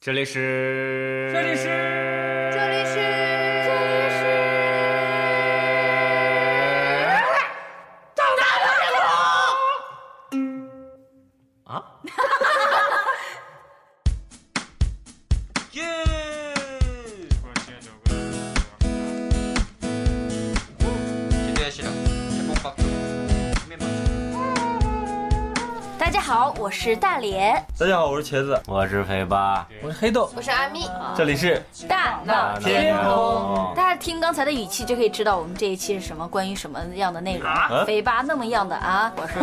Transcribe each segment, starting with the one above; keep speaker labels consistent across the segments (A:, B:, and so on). A: 这里是，
B: 这里是，
C: 这里是，这里是
A: 啊，
B: 耶！
C: 大家好，我是大脸，
D: 大家好，我是茄子，
A: 我是肥八，
B: 我是黑豆，
C: 我是阿咪，
D: 这里是
C: 大闹天
A: 天
C: 宫
A: 宫。
C: 大家听刚才的语气就可以知道我们这一期是什么，关于什么样的内容。肥八那么样的啊，我是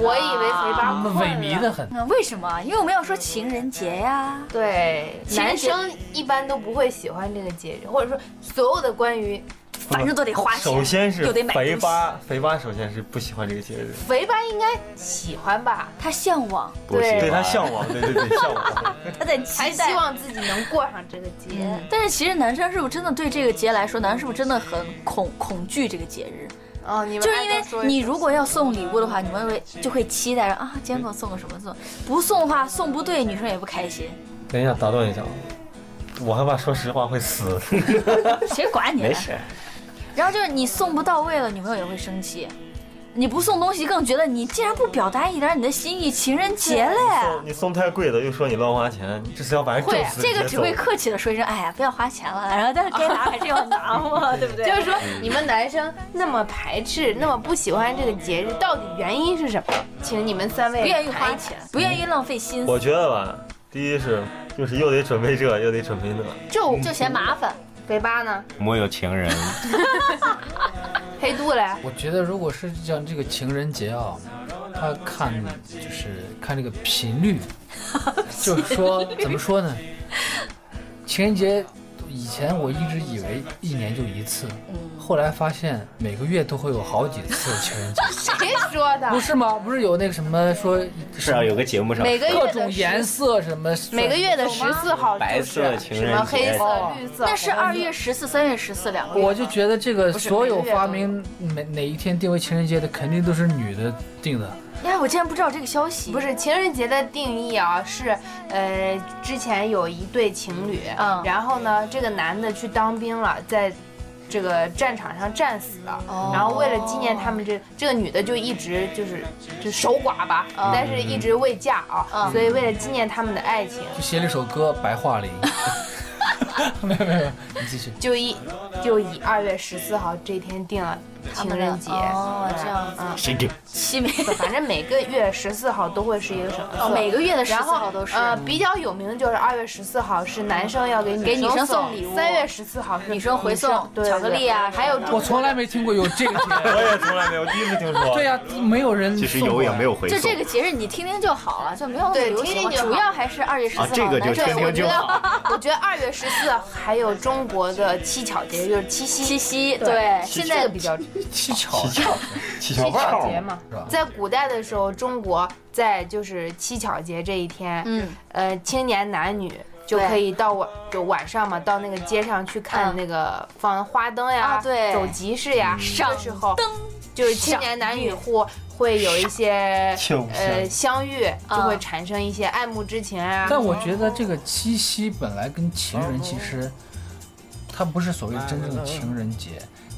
E: 我以为肥八困了
B: 萎靡的。很。
C: 嗯为什么？因为我们要说情人节呀。
A: 嗯
E: 对，
C: 情人
E: 男
C: 节
E: 生一般都不会喜欢这个节日，或者说所有的关于
C: 反正都得花钱，
D: 首先是
C: 又得买东西
D: 肥，八，肥八首先是不喜欢这个节日，
E: 肥八应该喜欢吧，
C: 他向往，
A: 不喜欢
D: 对他向往，对对对，向往。
C: 他在
E: 还
C: 期待
E: 希。望自己能过上这个节。
C: 但是其实男生是不是真的对这个节来说，男生是不是真的很恐恐惧这个节日？
E: 哦，你们
C: 就是
E: 按
C: 因
E: 照说
C: 为你如果要送礼物的话，你们会就会期待着啊，今天给我送个什么送？不送的话，送不对，女生也不开心。
D: 等一下，打断一下，我害怕说实话会死。
C: 谁管你？。，啊然后就是你送不到位了，女朋友也会生气。你不送东西，更觉得你竟然不表达一点你的心意，情人节嘞。
D: 你送太贵的，又说你乱花钱，你这是要把人
E: 会
D: 整
E: 啊
D: 死。
C: 这个只会客气的说一声，哎呀，不要花钱了。然后但是 该拿还是要拿嘛，对不对？
E: 就是说你们男生那么排斥，那么不喜欢这个节日，到底原因是什么？请你们三位
C: 不愿意
E: 谈
C: 花
E: 一
C: 钱，不愿意浪费心
D: 我
C: 思，
D: 觉得吧，第一是就是又得准备这，又得准备那。
E: 就
C: 就嫌麻烦。
E: 肥八呢？
A: 没有情人，
E: 黑度嘞？
B: 我觉得如果是像这个情人节啊，他看就是看这个频率，就是说怎么说呢？情人节以前我一直以为一年就一次，后来发现每个月都会有好几次 情人节，
E: 谁说的
B: 不？是吗？不是有那个什么说
A: 至啊少有个节目上
E: 每个月
B: 各
E: 的
B: 种
E: 十
B: 颜色什么？
E: 每个月的十四号
A: 白
E: 就是
A: 色情人
E: 什么黑
A: 节
E: 色、绿色，
C: 那是
E: 红色
C: 二月十四、三月十四两个月。
B: 我就觉得这个
E: 是
B: 所有
E: 每个月都
B: 发明哪哪一天定为情人节的，肯定都是女的定的。
C: 哎，我竟然不知道这个消息。
E: 不是情人节的定义啊，是呃，之前有一对情侣，
C: 嗯
E: 然后呢，这个男的去当兵了，在这个战场上战死了，
C: 哦
E: 然后为了纪念他们这这个女的就一直就是就守寡吧，但是一直未嫁啊，
C: 嗯
E: 所以为了纪念他们的爱情，
B: 就写了一首歌《白桦林》。没有没有，你继续。
E: 就以就以二月十四号这天定了情人节，
C: 哦，这样子，
E: 嗯。
A: 谁给？
C: 七美
E: 反正每个月十四号都会是一个什么色？
C: 哦每个月的十
E: 然
C: 四
E: 后
C: 号都是。
E: 呃，比较有名的就是二月十四号是男生要给
C: 给女生
E: 生
C: 送礼物
E: 三月十四号是
C: 女生回送
E: 对
C: 巧克力啊
E: 对对还有中
B: 我从来没听过有这个节
D: 我
B: 日。
D: 也从来没有，第一次听说。
B: 对呀、啊没有人。
A: 其实有也没。有回
C: 就
A: 送。
C: 这个节日你听听就好了，就没有
E: 对
C: 流行
E: 听
C: 嘛
E: 听就好
C: 主要还是二月十四号
A: 啊，这个就
C: 男生
A: 听听就好。
E: 我觉得二月十四还有中国的七巧节，就是七夕。
C: 七夕，
E: 对
C: 对，
E: 七
C: 现
E: 夕
C: 在
E: 这个比较七
B: 七巧。
D: 七巧儿
E: 巧节嘛
B: 是吧，
E: 在古代的时候，中国在就是七巧节这一天，
C: 嗯，
E: 呃，青年男女。就
C: 对
E: 可以到晚就晚上嘛，到那个街上去看
C: 嗯
E: 那个放花灯呀，
C: 啊对
E: 走集市
B: 嗯
E: 呀，
C: 上
E: 这时候
C: 灯
E: 就是青年男女户会有一些
D: 上秋
E: 呃相遇，就
C: 嗯
E: 会产生一些爱慕之情啊。
B: 但我觉得这个七夕本来跟情人其实，它不是所谓真正的情人节，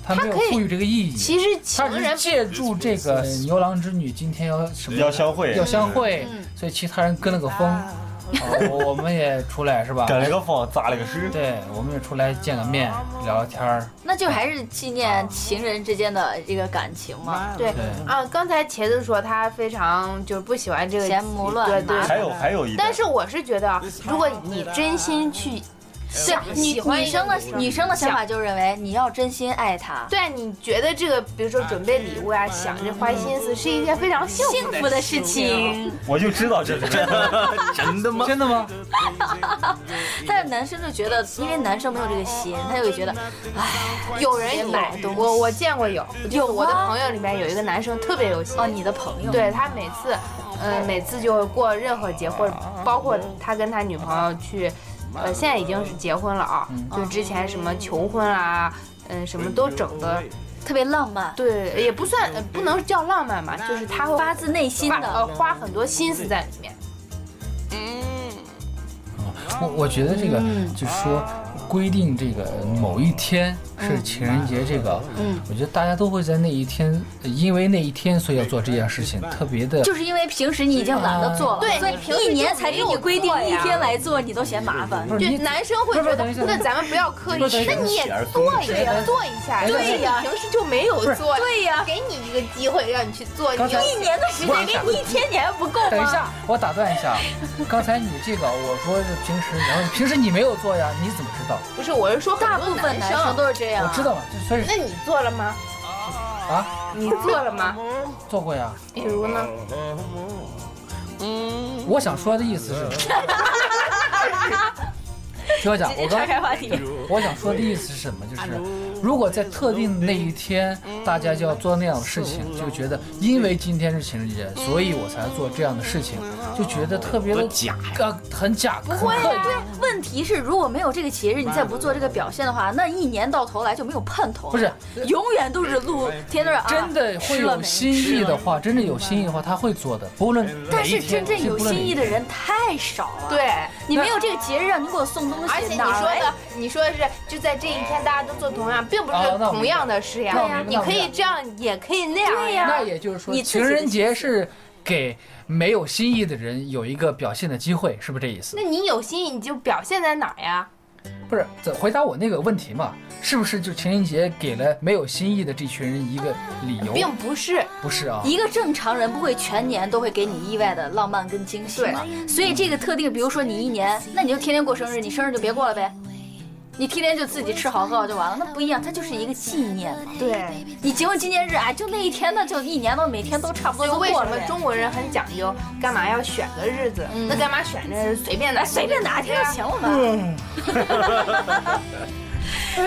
B: 它没有
E: 它可以
B: 赋予这个意义。
E: 其实
B: 它
E: 情
B: 只是
E: 人
B: 借助这个牛郎织女今天要什么
D: 要相会，
B: 要相，会
C: 嗯，
B: 所以其他人跟了个风，啊我我们也出来是吧？
D: 赶了个风，扎了个诗。
B: 对，我们也出来见个面，聊聊天儿。
C: 那就还是纪念情人之间的这个感情嘛。
E: 对
B: 对
E: 啊，刚才茄子说他非常就是不喜欢这个
C: 嫌母乱
E: 对
C: 麻
E: 对。
D: 还有还有一点，
E: 但是我是觉得啊，如果你真心去想
C: 对，啊女
E: 喜欢
C: 女
E: 一个
C: 生的女生的想法就认为你要真心爱他，
E: 对啊，你觉得这个，比如说准备礼物啊，
C: 嗯
E: 想着花心思，是一件非常幸
C: 幸
E: 福
C: 福的事情。
D: 我就知道这是真的。
A: 真的吗？
B: 真的吗？
C: 但是男生就觉得，因为男生没有这个心，他就会觉得，哎，
E: 有人
C: 买东
E: 有，
C: 西
E: 我我见过有，就
C: 嗯有
E: 是我的
C: 吗
E: 朋友里面有一个男生特别有心
C: 哦，，你的朋友，
E: 对他每次，呃，每次就会过任何节，或者包括他跟他女朋友去，呃，现在已经是结婚了啊，
C: 嗯
E: 就之前什么求婚啊，嗯、什么都整的，
C: 特别浪漫，
E: 对，也不算，呃不能叫浪漫吧，就是他会
C: 发自内心
E: 花
C: 的。
E: 呃花很多心思在里面。
B: 我我觉得这个
E: 嗯
B: 就是说规定这个某一天是情人节，这个，
E: 嗯
B: 我觉得大家都会在那一天，呃因为那一天所以要做这件事情，特别的
C: 就是因为平时你已经懒得做了，
F: 对
C: 所
F: 你平
C: 以
F: 时
C: 一
F: 就
C: 年
F: 没
C: 才给
F: 有
C: 我规定
F: 做
C: 一
F: 呀
C: 天来做，你都嫌麻烦。
B: 不是
E: 就
B: 你
E: 男生会
B: 不是不是
E: 觉得
B: 等一下，
E: 那咱们不要刻意
B: 不是，
E: 那
B: 等
E: 你
A: 一下
E: 也做一个，做一下，
B: 哎对
E: 就是
C: 呀
E: 你平时就没有做，
C: 对呀
E: 给你一个机会让你去做，
B: 刚
E: 你
B: 才
E: 要
C: 一年的时间给你一天，你还不够吗？
B: 等一下，我打断一下，刚才你这个我说是平时，然后平时你没有做呀，你怎么知道？
E: 不是，我是说
C: 大
E: 很
C: 部
E: 多
C: 分男生
E: 生，
C: 都是这样
B: 我
C: 啊。
B: 知道了，就所以
E: 那你做 了吗？嗯
B: 啊，
E: 你做了吗？
B: 做过呀。
E: 比如呢？
B: 我想说的意思是，听我讲，我刚
C: 岔开话题，
B: 我想说的意思是什么？就是如果在特定的那一天，大家就要做那样的事情，就觉得因为今天是情人节，所以我才做这样的事情，就觉得特别的
A: 多嗯假呀
B: 啊，很假，不
C: 会啊，对。问题是，如果没有这个节日，你再不做这个表现的话，那一年到头来就没有盼头了。
B: 不是，
C: 永远都是露天都是啊
B: 真的会
C: 吃了
B: 有
C: 没
B: 心意的话，真的有心意的话，他会做的，不论
C: 但啊是真正有心意
B: 的。
C: 的人太少了。，
E: 对。
C: 你没有这个节日，让你给我送东西，
E: 而且你
C: 哪哎
E: 说
C: 来
B: 哎
E: 的，你说的是就在这一天大家都做同样，并不是
B: 哦那我
E: 同样的事呀。
B: 明白那我明
E: 你
B: 白
E: 可以这样，也可以那样。
C: 对呀
B: 那也就是说，
C: 你自己
B: 情
C: 的
B: 人节是给没有心意的人有一个表现的机会，是不是这意思
E: 那？你有心意，你就表现在哪儿呀？
B: 不是，怎回答我那个问题嘛？是不是就情人节给了没有心意的这群人一个理由？
E: 并不是，
B: 不是啊，
C: 一个正常人不会全年都会给你意外的浪漫跟惊喜嘛，所以这个特定，比如说你一年，那你就天天过生日，你生日就别过了呗，你天天就自己吃好喝好就完了，那不一样，它就是一个纪念嘛。
E: 对。
C: 你结婚纪念日啊，就那一天那就一年到每天都差不多
E: 就
C: 都
E: 为
C: 过
E: 什
C: 了
E: 么
C: 呗。
E: 中国人很讲究，干嘛要选个日子？那干嘛选这嗯随便的？
C: 哎随便哪天就行了嘛。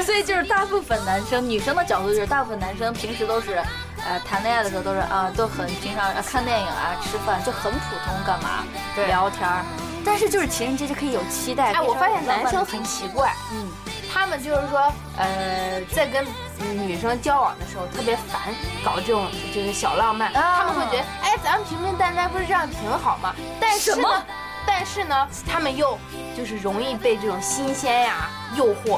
C: 所以就是大部分男生，女生的角度就是大部分男生平时都是，呃，谈恋爱的时候都是啊，都很平常，啊、看电影啊，吃饭就很普通，干嘛
E: 对
C: 聊天儿。但是就是情人节就可以有期待。
E: 哎，我发现男生很奇怪，
C: 嗯，
E: 他们就是说，呃，在跟女生交往的时候特别烦，搞这种就是小浪漫，
C: 啊
E: 他们会觉得，哎，咱们平平淡淡不是这样挺好吗？但是
C: 什么
E: 呢，但是呢，他们又就是容易被这种新鲜呀诱惑，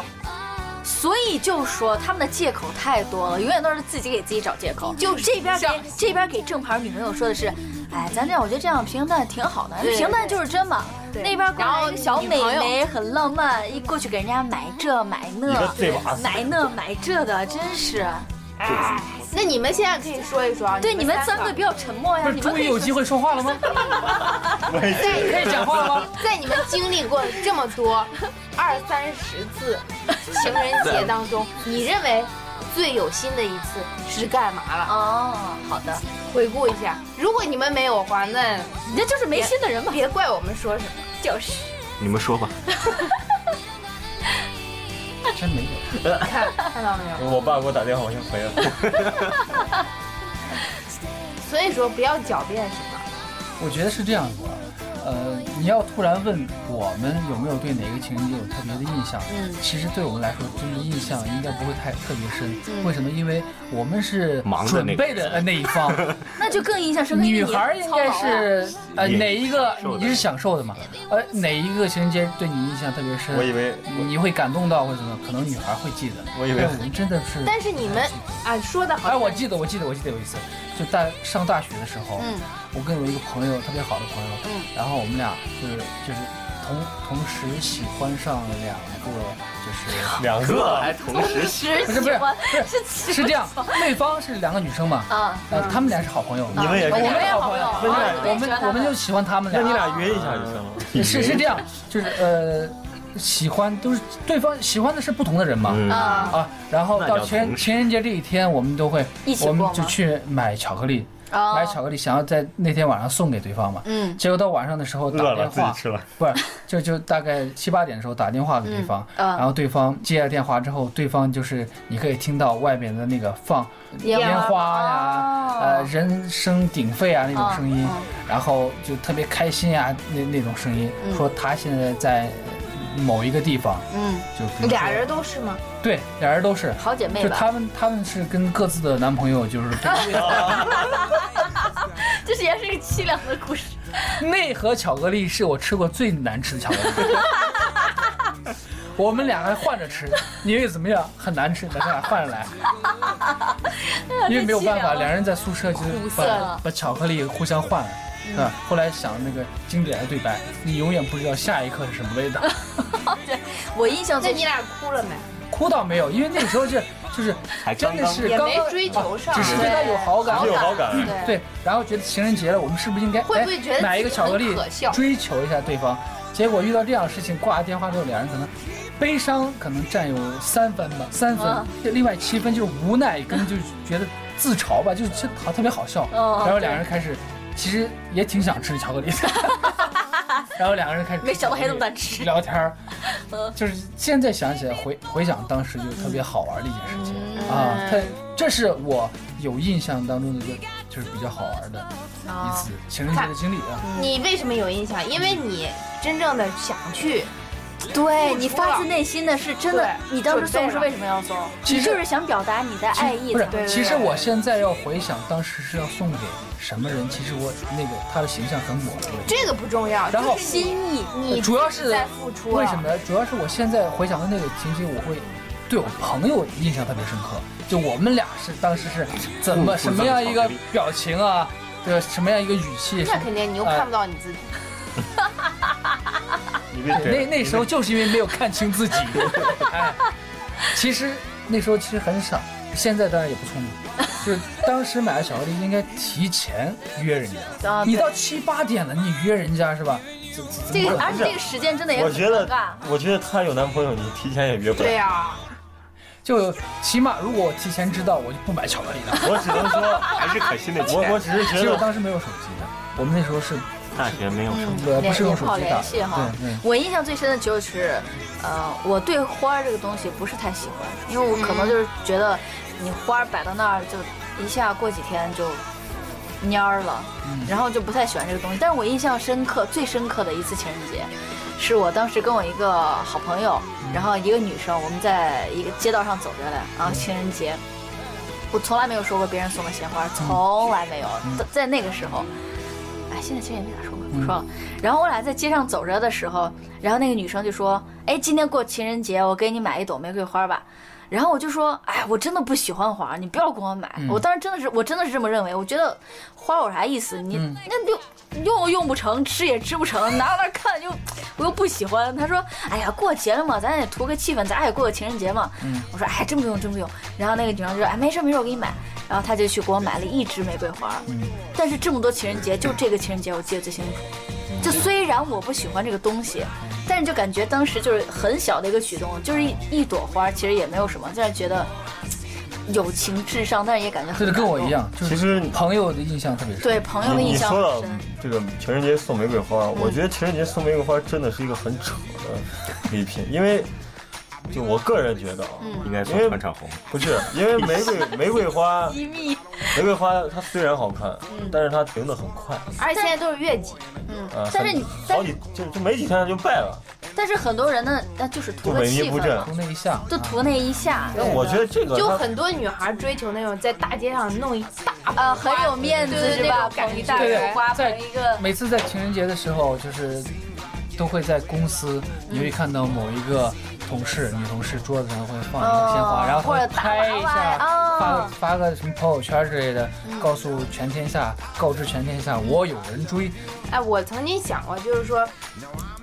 C: 所以就说他们的借口太多了，永远都是自己给自己找借口。
E: 就是
C: 这边给
E: 像
C: 这边给正牌女朋友说的是，哎，咱这样我觉得这样平淡挺好的，
E: 对
C: 平淡就是真嘛。
E: 对
C: 那边过
E: 然
C: 来
E: 后
C: 一个小
E: 女
C: 美
E: 朋友
C: 眉很浪漫，一过去给人家买这买
A: 你
C: 那
A: 这嘴巴，子
C: 买那买这的，真是。
E: 哎，那你们现在可以说一说啊，
C: 对，你们
E: 三
C: 三个比较沉默呀，
B: 不
C: 你
B: 是
C: 们
B: 终
C: 可
B: 于
C: 以
B: 有机会说话了吗？可以讲话了吗？
E: 在你们经历过这么多二三十次情人节当中，你认为最有心的一次是干嘛了？
C: 哦，好的，
E: 回顾一下，如果你们没有的话，那
C: 你这就是没心的人嘛。
E: 别怪我们说什么。
C: 就是
A: 你们说吧，
B: 真没有。
E: 看看到没有？
D: 我爸给我打电话，我先回了。
E: 所以说不要狡辩什么。
B: 我觉得是这样子的，呃，你要突然问我们有没有对哪个情人节有特别的印象，嗯，其实对我们来说，就是印象应该不会太特别深。
C: 嗯
B: 为什么？因为我们是
A: 忙的
B: 准
A: 那个
B: 备的呃那一方，
C: 那就更印象深刻。因为
B: 女
C: 你
B: 孩儿应
C: 操劳
B: 该
C: 啊
B: 是呃
A: 也
B: 哪一个
A: 受的
B: 你是享受的嘛？呃，哪一个情人节对你印象特别深？
D: 我以为
B: 你会感动到或者怎么样，可能女孩会记得。
D: 我以为
B: 但我们真的是，
E: 但是你们啊，说的好
B: 哎，
E: 像
B: 我记得，我记得，我记得有一次，就大上大学的时候，
E: 嗯
B: 我跟我一个朋友，特别好的朋友，然后我们俩就是就是同同时喜欢上了两个，就是
D: 两
A: 哥
D: 个，
A: 还同时喜
C: 只
B: 不是不
C: 喜
B: 是
C: 欢
B: 不是
C: 是
B: 是这样，对方是两个女生嘛，
C: 啊。
B: 呃，他们俩是好朋友，啊
D: 你们也
B: 我
D: 是
B: 们
C: 也
B: 好
C: 好
B: 朋友，
C: 朋
B: 我
C: 友
B: 们
C: 啊
B: 俩我
C: 你也喜欢
B: 们
C: 他
B: 我
C: 们
B: 们就喜欢他们
D: 那
B: 俩，
D: 你俩约一下就行了。
B: 是是这样，就是呃，喜欢都是对方喜欢的是不同的人嘛。
A: 嗯
C: 啊，
B: 啊，然后
A: 那
B: 到
A: 叫
B: 情人
A: 同事
B: 情人节这一天，我们都会
C: 一，起
B: 我们
C: 过
B: 就
C: 吗
B: 去买巧克力，
C: 哦
B: 买巧克力，想要在那天晚上送给对方嘛。
C: 嗯
B: 结果到晚上的时候
D: 饿
B: 打
D: 了
B: 电
D: 自己
B: 话，
D: 吃了，
B: 不是，就就大概七八点的时候打电话给对方，
C: 嗯啊
B: 然后对方接了电话之后，对方就是你可以听到外面的那个放
C: 烟
E: 啊
C: 花
B: 烟花呀，
C: 哦
B: 呃人声鼎沸啊那种
C: 嗯
B: 声音，
C: 嗯
B: 然后就特别开心啊那那种声音，说他现在在某一个地方，
C: 嗯，
B: 就比如说
E: 俩人都是吗？
B: 对俩人都是。
C: 好姐妹
B: 就
C: 吧，
B: 他们，他们是跟各自的男朋友，就是
C: 这是也是个凄凉的故事。
B: 内核巧克力是我吃过最难吃的巧克力，我们俩还换着吃，你为怎么样？很难吃，咱俩换着来， 因为没有 办 法，两人在宿舍就是
C: 苦涩
B: 把
C: 了
B: 把巧克力互相换了。
E: 嗯
B: 啊，后来想那个经典的对白，你永远不知道下一刻是什么 味道。
C: 我印象
E: 那
C: 最
E: 你俩哭了没？
B: 哭倒没有，因为那个时候就就是
A: 还
B: 真
A: 刚
B: 的
A: 刚
B: 是
E: 也
B: 刚
E: 没
B: 刚
E: 追求上
B: 啊只是对他有好感
D: 只是。有好感。啊
C: 对
B: 对，然后觉得情人节了，我们是不是应该
E: 会不会
B: 哎
E: 觉得
B: 买一个
E: 自己
B: 巧克
E: 很
B: 力
E: 可笑
B: 追求一下对方？结果遇到这样的事情，挂了电话之后，两人可能悲伤可能占有三分吧，三分，
C: 嗯
B: 另外七分就是无奈跟就是觉得自嘲吧，就是这好特别好笑。
C: 嗯
B: 然后两个人开始，其实也挺想吃巧克力 的，然后两个人开始
C: 没想到还那么难
B: 吃
C: 吃。
B: 聊天儿
C: 嗯，
B: 就是现在想起来回回想当时就特别好玩的一件事情。
E: 嗯
C: 嗯
B: 啊，他这是我有印象当中的一个，就是比较好玩的一次情人节的经历啊。
E: 哦你为什么有印象？因为你真正的想去，
C: 对你发自内心的是真的
E: 对，
C: 你当时送
E: 准备
C: 是为
E: 了
C: 什么要送？
B: 其
C: 你
B: 实
C: 就是想表达你的爱意
B: 不是
C: 才会，
B: 其实
E: 对对
B: 我现在要回想当时是要送给什么人，其实我那个他的形象很模糊。
E: 这个不重要，
B: 然后
E: 就是
C: 心意。
E: 你
B: 主要是
E: 在啊付出了
B: 为什么？呢？主要是我现在回想到那个情节，我会对我朋友印象特别深刻。就我们俩是当时是怎么
A: 互
B: 什么样一个
A: 互赠巧克力
B: 表情啊，对，什么样一个语气？
E: 那肯定你又
B: 哎
E: 看不到你自己，
D: 因为
B: 对，那那时候就是因为没有看清自己。哎，其实那时候其实很傻，现在当然也不聪明。就是当时买的巧克力应该提前约人家，
C: 啊
B: 你
C: 对
B: 到七八点了，你约人家是吧？怎怎怎
C: 这
B: 么
C: 个，
B: 可
C: 而
B: 能
C: 且这个时间真的也
D: 我
C: 很
D: 觉
C: 尴
D: 得
C: 尬。，
D: 我觉得她有男朋友，你提前也约不
E: 对啊
D: 了。
E: 呀、
B: 就起码如果我提前知道，我就不买巧克力 了。
D: 我只能说，
A: 还是可心的钱。
D: 我我只是
B: 其
D: 觉
B: 实我
D: 得
B: 当时没有手机的，我们那时候是
D: 大学没有什
A: 嗯
D: 么。
B: 呃不
C: 联
B: 是用手
C: 好
B: 机打
C: 联系哈
B: 的？对对。
C: 我印象最深的就是，呃，我对花儿这个东西不是太喜欢，因为我可能就是觉得你花儿摆到那儿就一下过几天就蔫儿了，然后就不太喜欢这个东西。但是我印象深刻最深刻的一次情人节，是我当时跟我一个好朋友，然后一个女生，我们在一个街道上走着嘞，然后情人节。我从来没有收过别人送的鲜花，从来没有。在在那个时候，哎，现在其实也没咋说过，不说了。然后我俩在街上走着的时候，然后那个女生就说：“哎，今天过情人节，我给你买一朵玫瑰花吧。”然后我就说：“哎，我真的不喜欢花，你不要给我买。我当时真的是，我真的是这么认为。我觉得花有啥意思？你
B: 嗯
C: 那就用用不成，吃也吃不成，拿到那儿看就 我又不喜欢。他说：“哎呀，过节了嘛，咱也图个气氛，咱也过个情人节嘛。我说：“哎，真不用，真不用。”然后那个女生就说：“哎，没事没事，我给你买。”然后他就去给我买了一支玫瑰花。但是这么多情人节，就这个情人节我记得最清楚。就虽然我不喜欢这个东西，但是就感觉当时就是很小的一个举动，就是一一朵花，其实也没有什么，但是觉得友情至上，但是也感觉
B: 对
C: 很
B: 的，跟我
C: 感动
B: 一。样，就
D: 其实
B: 是朋友的印象特别深。
C: 对朋友的
D: 你
C: 印
D: 你
C: 象很
D: 说到
C: 深，
D: 这个情人节送玫瑰花，我觉得情人节送玫瑰花真的是一个很扯的礼品，因为就我个人觉得啊，
A: 应该
D: 因为
A: 送传场红，
D: 不是因为玫瑰玫瑰花
C: 机密。
D: 玫瑰花它虽然好看，但是它停的很快，
E: 而且现在都是月季，
D: 啊，
C: 但是
D: 很
C: 你但
D: 好几就就没几天它就败了，
C: 但是很多人呢，那就是图
D: 就
C: 个
D: 萎
C: 气
D: 靡不
C: 氛
D: 振
C: 嘛，
B: 从那一下，
C: 就图那一下，
D: 但我觉得这个
E: 就
D: 它
E: 很多女孩追求那种在大街上弄一大
C: 呃，很有面子
E: 对对
C: 是吧？
E: 那种感
C: 捧一
E: 觉
C: 大
E: 对
B: 对
C: 束花，
B: 在
C: 捧一个
B: 每次在情人节的时候，就是都会在公司，你会看到某一个同事、女同事桌子上会放一个鲜
C: 哦
B: 花，然后
C: 或
B: 会
C: 者打
B: 拍一
C: 娃娃
B: 下
C: 呀，哦嗯
B: 发个发个什么朋友圈之类的，告诉全天下，告知全天下我有人追。
E: 哎，我曾经想过，就是说，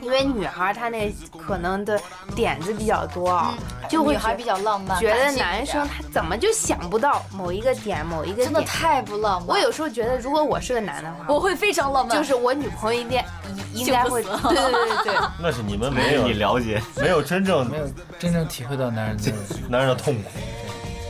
E: 因为女孩儿她那可能的点子比较多啊，就会
C: 嗯女孩比较浪漫，
E: 觉得
C: 感性一
E: 男
C: 点
E: 生他怎么就想不到某一个点，某一个
C: 真的
E: 点。
C: 太不浪漫。
E: 我有时候觉得，如果我是个男的话，
C: 我会非常浪漫，
E: 就是我女朋友一定应应该会，
C: 幸福
E: 对
C: 死了
E: 对对对，
D: 那是你们没
A: 没有
D: 有
A: 你了解，
D: 没有真正
B: 没有真正体会到男人的
D: 男人的痛苦，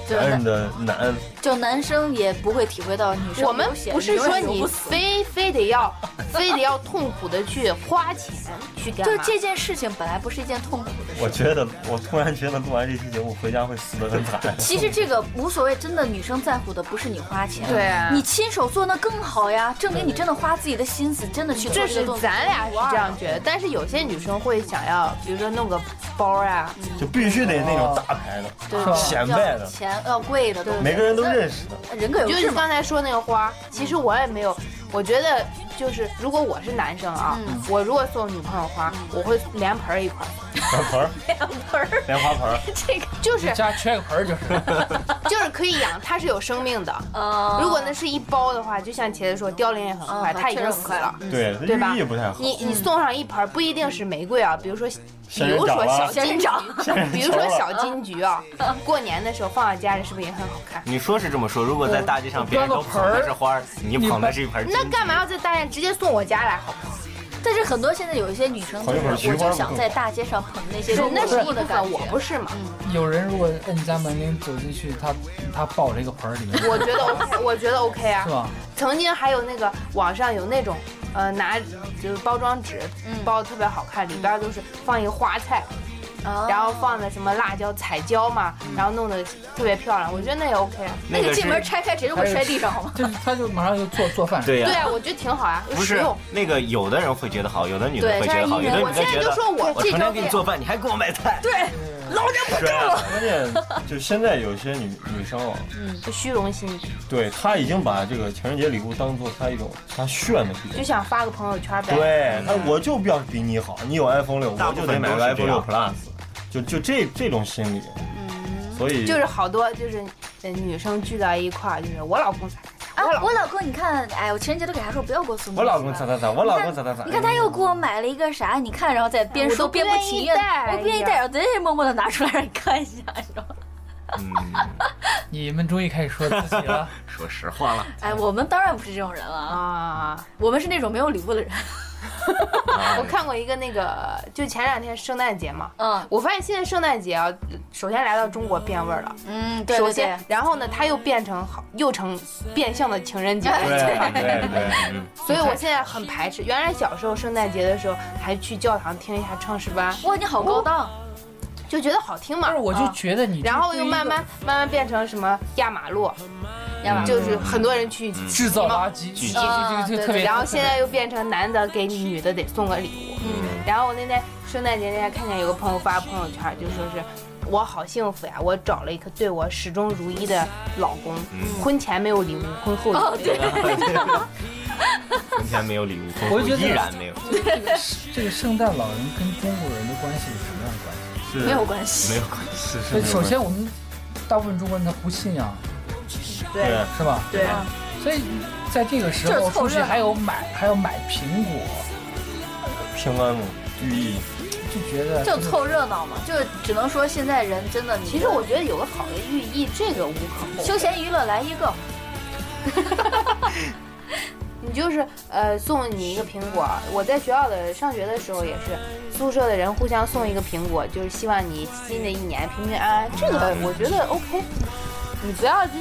C: 对
D: 男人的难，
C: 就男生也不会体会到女生
E: 我们
C: 流血
E: 不是
C: 永
E: 说
C: 远流
E: 你
C: 死
E: 非非得要，非得要痛苦的去花钱去干
C: 就
E: 嘛
C: 这件事情本来不是一件痛苦的事。
D: 我觉得我突然觉得录完这期节目回家会死得很惨。
C: 其实这个无所谓，真的女生在乎的不是你花钱，
E: 对啊
C: 你亲手做那更好呀，证明你真的花自己的心思，真的去做
E: 这
C: 这
E: 是
C: 个动作。
E: 咱俩是这样觉得，但是有些女生会想要，比如说弄个包啊，
D: 就必须得那种大牌的、
C: 对
B: 是吧
D: 显摆
C: 要
D: 的，
C: 钱要贵的东西，
D: 每个人都认识的。
C: 人各有
E: 就是
C: 志
E: 你
C: 嘛。
E: 刚才说那个花，其实我也没有，我觉得嗯就是如果我是男生啊，我如果送女朋友花，我会连盆儿一块儿，
D: 两盆儿，
C: 盆儿，
D: 莲花盆儿，
C: 这个
E: 就是
B: 家缺个盆儿就是。
E: 就是可以养，它是有生命的。
C: 呃，
E: 如果那是一包的话，就像茄子说，凋零也很快，
C: 嗯
E: 它已
C: 确
E: 经
C: 实很
E: 死
C: 快
E: 了。
D: 对，
E: 对吧
D: 寓意不太好。
E: 你你送上一盆儿，不一定是玫瑰啊，比如说，比
D: 仙人
E: 如
D: 掌
E: 说
D: 啊
E: 小
C: 仙人
E: 金
C: 掌
E: 桔， 比如说小金桔啊，过年的时候放到家里是不是也很好看？
A: 你说是这么说，如果在大街上别人
B: 端
A: 都
B: 个盆
A: 捧
B: 儿
A: 的是花儿，你捧的是一盆儿
D: 嗯
A: 金桔。
E: 那干嘛要在大宴直接送我家来好不好？
C: 但是很多现在有一些女生，就
D: 捧一
C: 是
D: 会儿菊
C: 我
D: 花
C: 就
D: 不
C: 想
D: 更
C: 在大街上捧那些
E: 是
C: 中
E: 那是
C: 国
E: 一部
C: 木的感
E: 分，
C: 觉，
E: 我不是嘛？
B: 有人如果摁你家门铃走进去，他他抱着一个盆儿 里面，
E: 我觉得 OK，我觉得 OK 啊
B: 是。吧？
E: 曾经还有那个网上有那种，呃，拿就是包装纸
C: 嗯
E: 包得特别好看，里边儿就是放一个花菜，
C: 哦
E: 然后放的什么辣椒、彩椒嘛，
D: 嗯
E: 然后弄得特别漂亮，我觉得那也 OK 啊。
C: 那个
A: 是
C: 进门拆开直接给我摔地上好吗？
B: 就是他就马上就做做饭，
A: 对呀、
E: 对啊，我觉得挺好啊，又
A: 不
E: 实
A: 是
E: 用。
A: 那个，有的人会觉得好，有的女的
C: 对
A: 会觉得好，
C: 这
A: 有
C: 样
A: 的
C: 一人
A: 女
E: 我
A: 的
E: 现
A: 觉
E: 在
A: 得
E: 就说我
A: 我
E: 这
A: 成
E: 周
A: 天给你做饭，你还给我买菜，
C: 对，老娘不
A: 摔了。
D: 关键就现在有些女女生啊，
E: 嗯就虚荣心，
D: 对她已经把这个情人节礼物当做她一种她炫的一
E: 就
D: 种。
E: 想发个朋友圈呗。
D: 对，她我就要比你好，你有 iPhone 六，
A: 大
D: 我
A: 部
D: 就
A: 分
D: 得买
A: 都是
D: 个 iPhone
A: 这
D: 六
A: 样
D: Plus，就就这这种心理，所以
E: 就是好多就是呃女生聚到一块儿，就是我老公咋咋
C: 啊
E: 咋，我老，公
C: 我老公，你看，哎，我情人节都给他说不要给我送东西
D: 我老公咋
C: 了
D: 咋咋，我老公咋咋咋，
C: 你看他又给我买了一个啥？你看，然后再边
E: 我
C: 说
E: 都不
C: 边不
E: 愿
C: 情
E: 意
C: 愿，
E: 戴
C: 我不愿意戴，然后贼默默的拿出来让你看一下，你知道吗？
A: 嗯，
B: 你们终于开始说自己 了，
A: 说实话了，
C: 哎，我们当然不是这种人了啊，
E: 啊，
C: 我们是那种没有礼物的人。
E: 我看过一个那个，就前两天圣诞节嘛，
C: 嗯
E: 我发现现在圣诞节啊，首先来到中国变味儿了。
C: 嗯，对
E: 首
C: 对
E: 先
C: 对，，
E: 然后呢，它又变成好，又成变相的情人节，
D: 对对对，嗯
E: 所以我现在很排斥。原来小时候圣诞节的时候，还去教堂听一下唱诗班，
C: 哇，你好高档，
E: 就觉得好听嘛。
B: 但是我就
E: 啊
B: 觉得你，
E: 然后又慢慢慢慢变成什么压马路，
C: 亚马
E: 就是很多人去
B: 制造
E: 嘛啊
B: 垃圾，
A: 聚集
B: 这个这
E: 对
B: 个特
E: 对，
B: 别。
E: 然后现在又变成男的给女的得送个礼物。
C: 嗯
E: 然后我那天圣诞节那天看见有个朋友发朋友圈，就说是我好幸福呀，我找了一个对我始终如一的老公，婚前没有礼物，婚后
C: 哦
E: 有礼物。
C: 对，
A: 今天没有礼物，婚
B: 我
A: 后
B: 就觉得
A: 依然没有，
B: 这个这个圣诞老人跟中国人的关系是什么样的关系？
D: 是
C: 没有关系，
A: 没有关系。
D: 是是
B: 所
D: 没
B: 以
D: 有
B: 首
D: 关系
B: 先我们大部分中国人他不信仰，
D: 对。
B: 是吧？
E: 对
B: 所以在这个时
C: 就
B: 候
C: 是凑
B: 出去
C: 热闹
B: 还有买还有买苹果，
D: 平安嘛，寓意
B: 就觉得
C: 就凑热闹嘛，就只能说现在人真的，
E: 其实我觉得有个好的寓意，这个无可厚非。
C: 休闲娱乐来一个，
E: 你就是呃送你一个苹果，我在学校的上学的时候也是，宿舍的人互相送一个苹果，就是希望你新的一年平平安安。这个
D: 嗯
E: 我觉得 OK，你不要就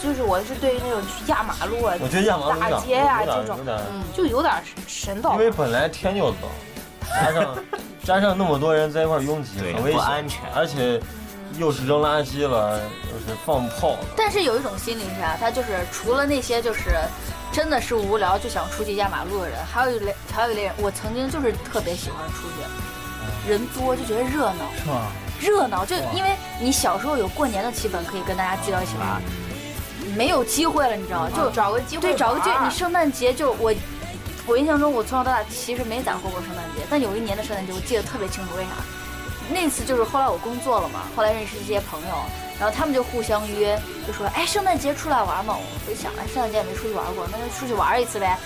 E: 就是我是对于那种去压马路啊，
D: 我觉得亚麻有点
E: 打街呀、
D: 有点
E: 这种嗯
D: 有，点
C: 嗯
E: 就有点神道
D: 因。为本来天就冷，加上加上那么多人在一块儿拥挤，
A: 对
D: 很危
A: 不
D: 险，
A: 安全
D: 而且又是扔垃圾了，又是放炮了，
C: 但是有一种心理是啥？他就是除了那些就是真的是无聊就想出去压马路的人，还有一类还有一类人，我曾经就是特别喜欢出去，人多就觉得热闹，
B: 是吗？
C: 热闹就
B: 哇
C: 因为你小时候有过年的气氛，可以跟大家聚到一起玩，
B: 嗯
C: 没有机会了，你知道吗？就
E: 就
B: 啊
E: 找个机会
C: 对，找个剧，
E: 玩儿
C: 你圣诞节就我，我印象中我从小到大其实没咋过过圣诞节，但有一年的圣诞节我记得特别清楚，为啥？那次就是后来我工作了嘛，后来认识一些朋友，然后他们就互相约，就说哎圣诞节出来玩嘛，我就想哎圣诞节也没出去玩过，那就出去玩一次呗。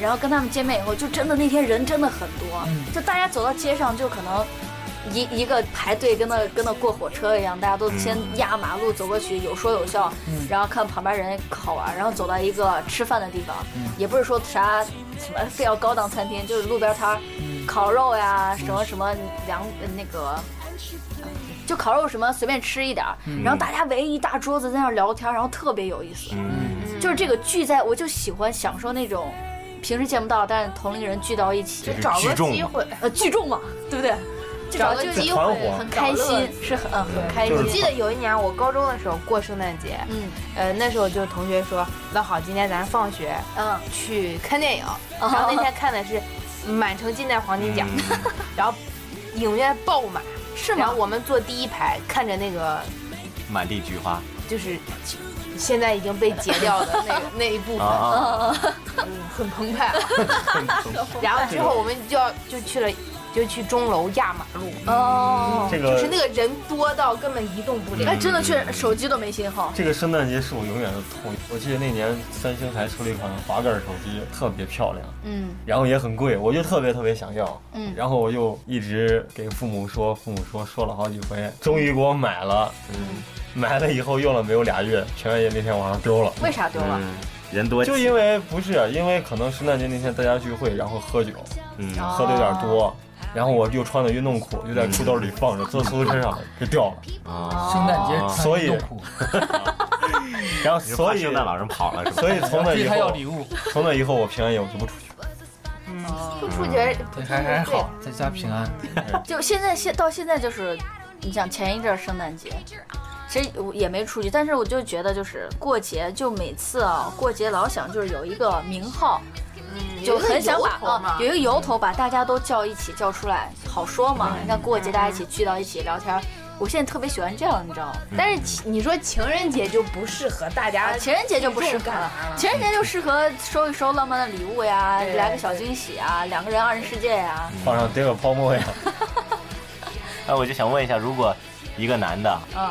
C: 然后跟他们见面以后，就真的那天人真的很多，
B: 嗯
C: 就大家走到街上就可能。一一个排队跟那跟那过火车一样，大家都先压马路走过去，有说有笑，
B: 嗯
C: 然后看旁边人好玩，然后走到一个吃饭的地方，也不是说啥什么非要高档餐厅，就是路边摊儿，
B: 嗯
C: 烤肉呀，什么什么凉那个。就烤肉什么随便吃一点儿，
B: 嗯
C: 然后大家围一大桌子在那儿聊天，然后特别有意思。
A: 嗯，
C: 就是这个聚在，我就喜欢享受那种平时见不到，但是同龄人聚到一起，
E: 找
A: 聚
E: 个
A: 众
E: 机会。
C: 呃，聚众嘛，对不对？至
E: 找
C: 少
E: 个
C: 就
E: 机
D: 这团
E: 会
D: 伙
E: 很
C: 开
E: 开
C: 心
E: 心。，
C: 是很嗯很开
E: 我
C: 心。
E: 记得有一年我高中的时候过圣诞节，
C: 嗯
E: 呃，那时候就是同学说，那好，今天咱放学
C: 嗯，
E: 去看电
C: 哦
E: 影，然后那天看的是《满城尽带黄 金甲》，然后影院爆满，
C: 是
E: 然后
C: 吗？
E: 我们坐第一排看着那个
A: 满地菊花
E: 就是现在已经被截掉 的那个那一部分，
A: 啊，
E: 嗯很澎湃啊。然后之后我们就要就去了就去钟楼压马路，
C: 哦，
D: 这
E: 就是
D: 个
E: 那个人多到根本移动不了。
C: 哎，真的确实手机都没信号。
D: 这个圣诞节是我永远的痛。我记得那年三星还出了一款滑盖手机，特别漂亮，
C: 嗯，
D: 然后也很贵，我就特别特别想要。
C: 嗯
D: 然后我就一直给父母说，父母说说了好几回，终于给我买了。嗯，买了以后用了没有俩月，全爷那天晚上丢了。
E: 为啥丢了？
A: 嗯，人多
D: 就因为不是啊因为可能圣诞节那天大家聚会，然后喝酒，
A: 嗯
D: 喝的有点多，然后我又穿的运动裤，就在裤兜里放着，坐裤子身上给掉了。
A: 啊，
B: 圣诞节
D: 所
B: 穿
D: 以
B: 运动裤，
D: 然后
A: 你是
D: 所
A: 怕
D: 以
A: 圣啊诞老人跑了是吧？
D: 所以从 那
B: 所以
D: 以
B: 还要
D: 后
B: 礼物，
D: 从那以后我平安夜我就不出去。
E: 不出节
B: 对，还还好，在家平安。
C: 就现在现到现在就是，你想前一阵儿圣诞节，其实我也没出去，但是我就觉得就是过节，就每次啊过节老想就是有一个名号，
E: 嗯
C: 就嗯很想把啊有一个由头把大家都叫一起叫出来，好说嘛。
E: 嗯
C: 你看过节大家一起聚到一起聊天儿，我现在特别喜欢这样，你知道吗？
E: 但是情你说情人节就不适合大家，
C: 啊情人节就不适合啊了，情人节就适合收一收浪漫的礼物呀，
E: 对
C: 来个小惊喜啊，两个人二人世界呀。
D: 放上叠个泡沫呀，
A: 那哎我就想问一下，如果一个男的
C: 嗯，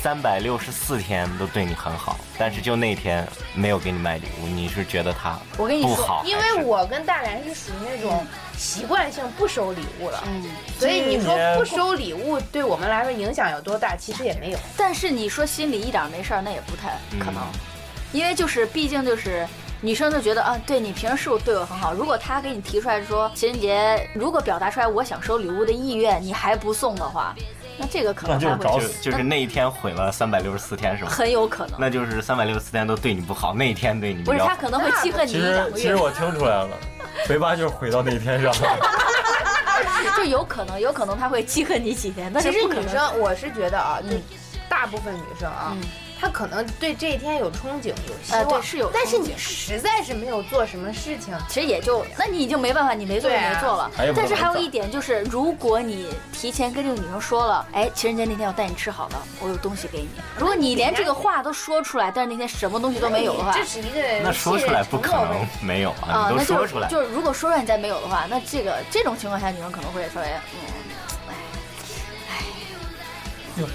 A: 三百六十四天都对你很好，但是就那天没有给你买礼物，你是觉得他
C: 我跟你
A: 不
C: 说
A: 好还是，
E: 因为我跟大然是属于那种习惯性不收礼物了，
C: 嗯，
E: 所以你说不收礼物对我们来说影响有多大，其实也没有。
C: 但是你说心里一点没事儿，那也不太可能，因为就是毕竟就是。女生就觉得啊，对你平时是不是对我很好？如果他给你提出来说情人节，如果表达出来我想收礼物的意愿，你还不送的话，那这个可能
D: 那就是
C: 他会
D: 找
A: 就
D: 死
A: 就是那一天毁了三百六十四天 是吗？
C: 很有可能，
A: 那就是三百六十四天都对你不好，那一天对你比
C: 不是
A: 较
C: 他
A: 好。
C: 可能会记恨你
D: 其
C: 一
D: 实
C: 两个
D: 其
C: 月
D: 实，我听出来了，肥八就是毁到那一天上了。
C: 就有可能，有可能他会记恨你几天。但是
E: 其实
C: 不可
E: 女
C: 能
E: 生，我是觉得啊，就
C: 嗯
E: 大部分女生啊
C: 嗯，
E: 她可能对这一天有憧憬、有希
C: 呃对
E: 望，
C: 是有
E: 但是
C: 憧憬
E: 你实在是没有做什么事情，
C: 其实也就，那你已经没办法，你没做就
E: 对
C: 没
E: 啊
C: 做了。
D: 还有
C: 但是
D: 没办
C: 还
D: 法
C: 有一点就是，如果你提前跟这个女生说了，哎，情人节那天我带你吃好的，我有东西给你。如果你连这个话都说出来，但是那天什么东西都没有的话
E: 这，是一个
A: 那说出来不可
E: 信任承诺问
A: 能
E: 题
A: 没有啊，
C: 啊、
A: 你
C: 那
A: 都
C: 就
A: 说
C: 是
A: 出来，
C: 就是如果说出来你再没有的话，那这个这种情况下，女生可能会稍微，嗯，
B: 又是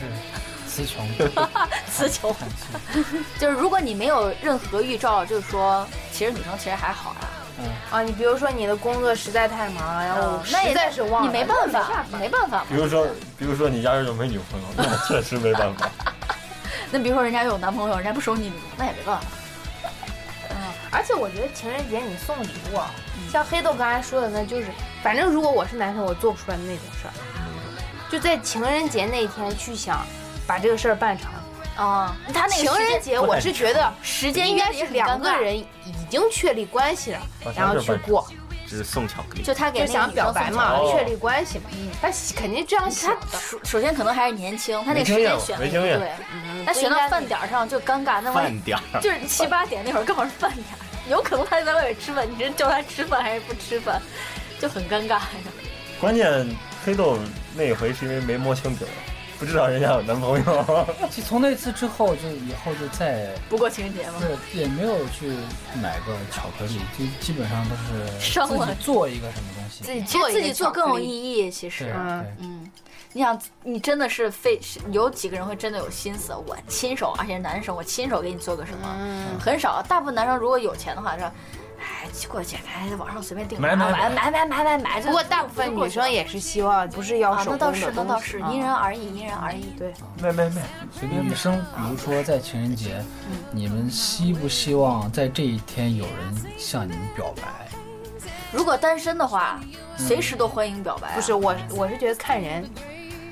B: 词穷，
C: 词穷。
B: 叹气。
C: 就是如果你没有任何预兆，就是说，其实女生其实还好啦、
E: 啊。你比如说你的工作实在太忙了，然后
C: 嗯
E: 我
C: 那也
E: 实在是忘了，
C: 你没办法，没办法嘛。
D: 比如说，比如说你压根就没女朋友，那我确实没办法。
C: 那比如说人家有男朋友，人家不收你礼物，那也没办法。
E: 而且我觉得情人节你送礼物啊，
C: 嗯
E: 像黑豆刚才说的呢，就是反正如果我是男生，我做不出来那种事儿，
C: 嗯
E: 就在情人节那天去想把这个事儿办成。
C: 啊、他那个
E: 情人节我是觉得
C: 时间
E: 应该是两个，人已经确立关系了，
D: 好
E: 然
D: 像
E: 后
D: 是
E: 去
D: 办
E: 过，
A: 只是送巧克力。
C: 就他给
E: 就
C: 那个
E: 想
C: 女
E: 表
C: 生
E: 白
C: 送嗯
E: 嘛，
D: 哦
E: 确立关系嘛。他肯定这样
C: 他
E: 想的。
C: 首首先可能还是年轻，他那个时
D: 没经
C: 间
D: 验
C: 选的
D: 没
C: 也
D: 经
C: 不
D: 验
C: 对，
E: 嗯
C: 他选到饭点儿上就尴尬，那万
A: 饭
C: 一
A: 点儿，
C: 就是七八点那会儿刚好是饭点儿，有可能他在外面吃饭，你是叫他吃饭还是不吃饭，就很尴尬呀。
D: 关键黑豆那回是因为没摸清底儿，不知道人家有男朋友。
B: 其实从那次之后，就以后就再
C: 不过情人节嘛，
B: 也也没有去买过巧克力，就基本上都是
C: 伤
B: 自
C: 了
B: 己做一个什么东西。
E: 自己
C: 其实
E: 做
C: 自己做更有意
E: 义。
C: 义，其
B: 对
C: 实。
E: 啊
B: 对，
C: 嗯，你想，你真的是费是有几个人会真的有心思？我亲手，而且是男生，我亲手给你做个什么？
E: 嗯，
C: 很少，大部分男生如果有钱的话，说，哎，过节哎，网上随便订，啊
B: 买买
C: 买买买买买买。
E: 不过大部分女生也是希望不是要
C: 啊，
E: 手
C: 那
E: 工
C: 倒
E: 的
C: 是，那
E: 东
C: 倒
E: 西
C: 是，
E: 啊
C: 因人而异，因人而异。
E: 对，
D: 卖卖卖！
B: 随便女生，比如说在情人节，
E: 嗯
B: 你们希不希望在这一天有人向你们表白？
C: 如果单身的话，随时都欢迎表白啊。
E: 嗯不是我，我是觉得看人，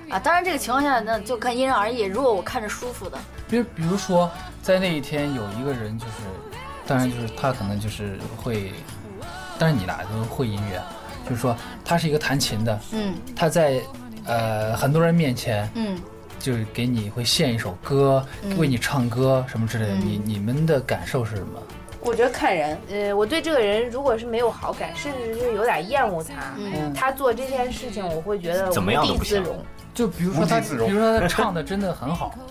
C: 啊，当然这个情况下那就看因人而异。如果我看着舒服的，
B: 比如，比如说在那一天有一个人，就是，当然就是他可能就是会，当然你俩都会音乐，就是说他是一个弹琴的，
C: 嗯
B: 他在呃很多人面前
C: 嗯，
B: 就是给你会献一首歌，为你唱歌什么之类的，你你们的感受是什么？
E: 我觉得看人。呃，我对这个人如果是没有好感，甚至是有点厌恶他，
C: 嗯
E: 他做这件事情，我会觉得
A: 怎么样
E: 无
A: 都
E: 地
A: 不
E: 自
A: 行
E: 容。
B: 就比如说他，
D: 无地自容
B: 比如 说他唱的真的很好，
C: 哦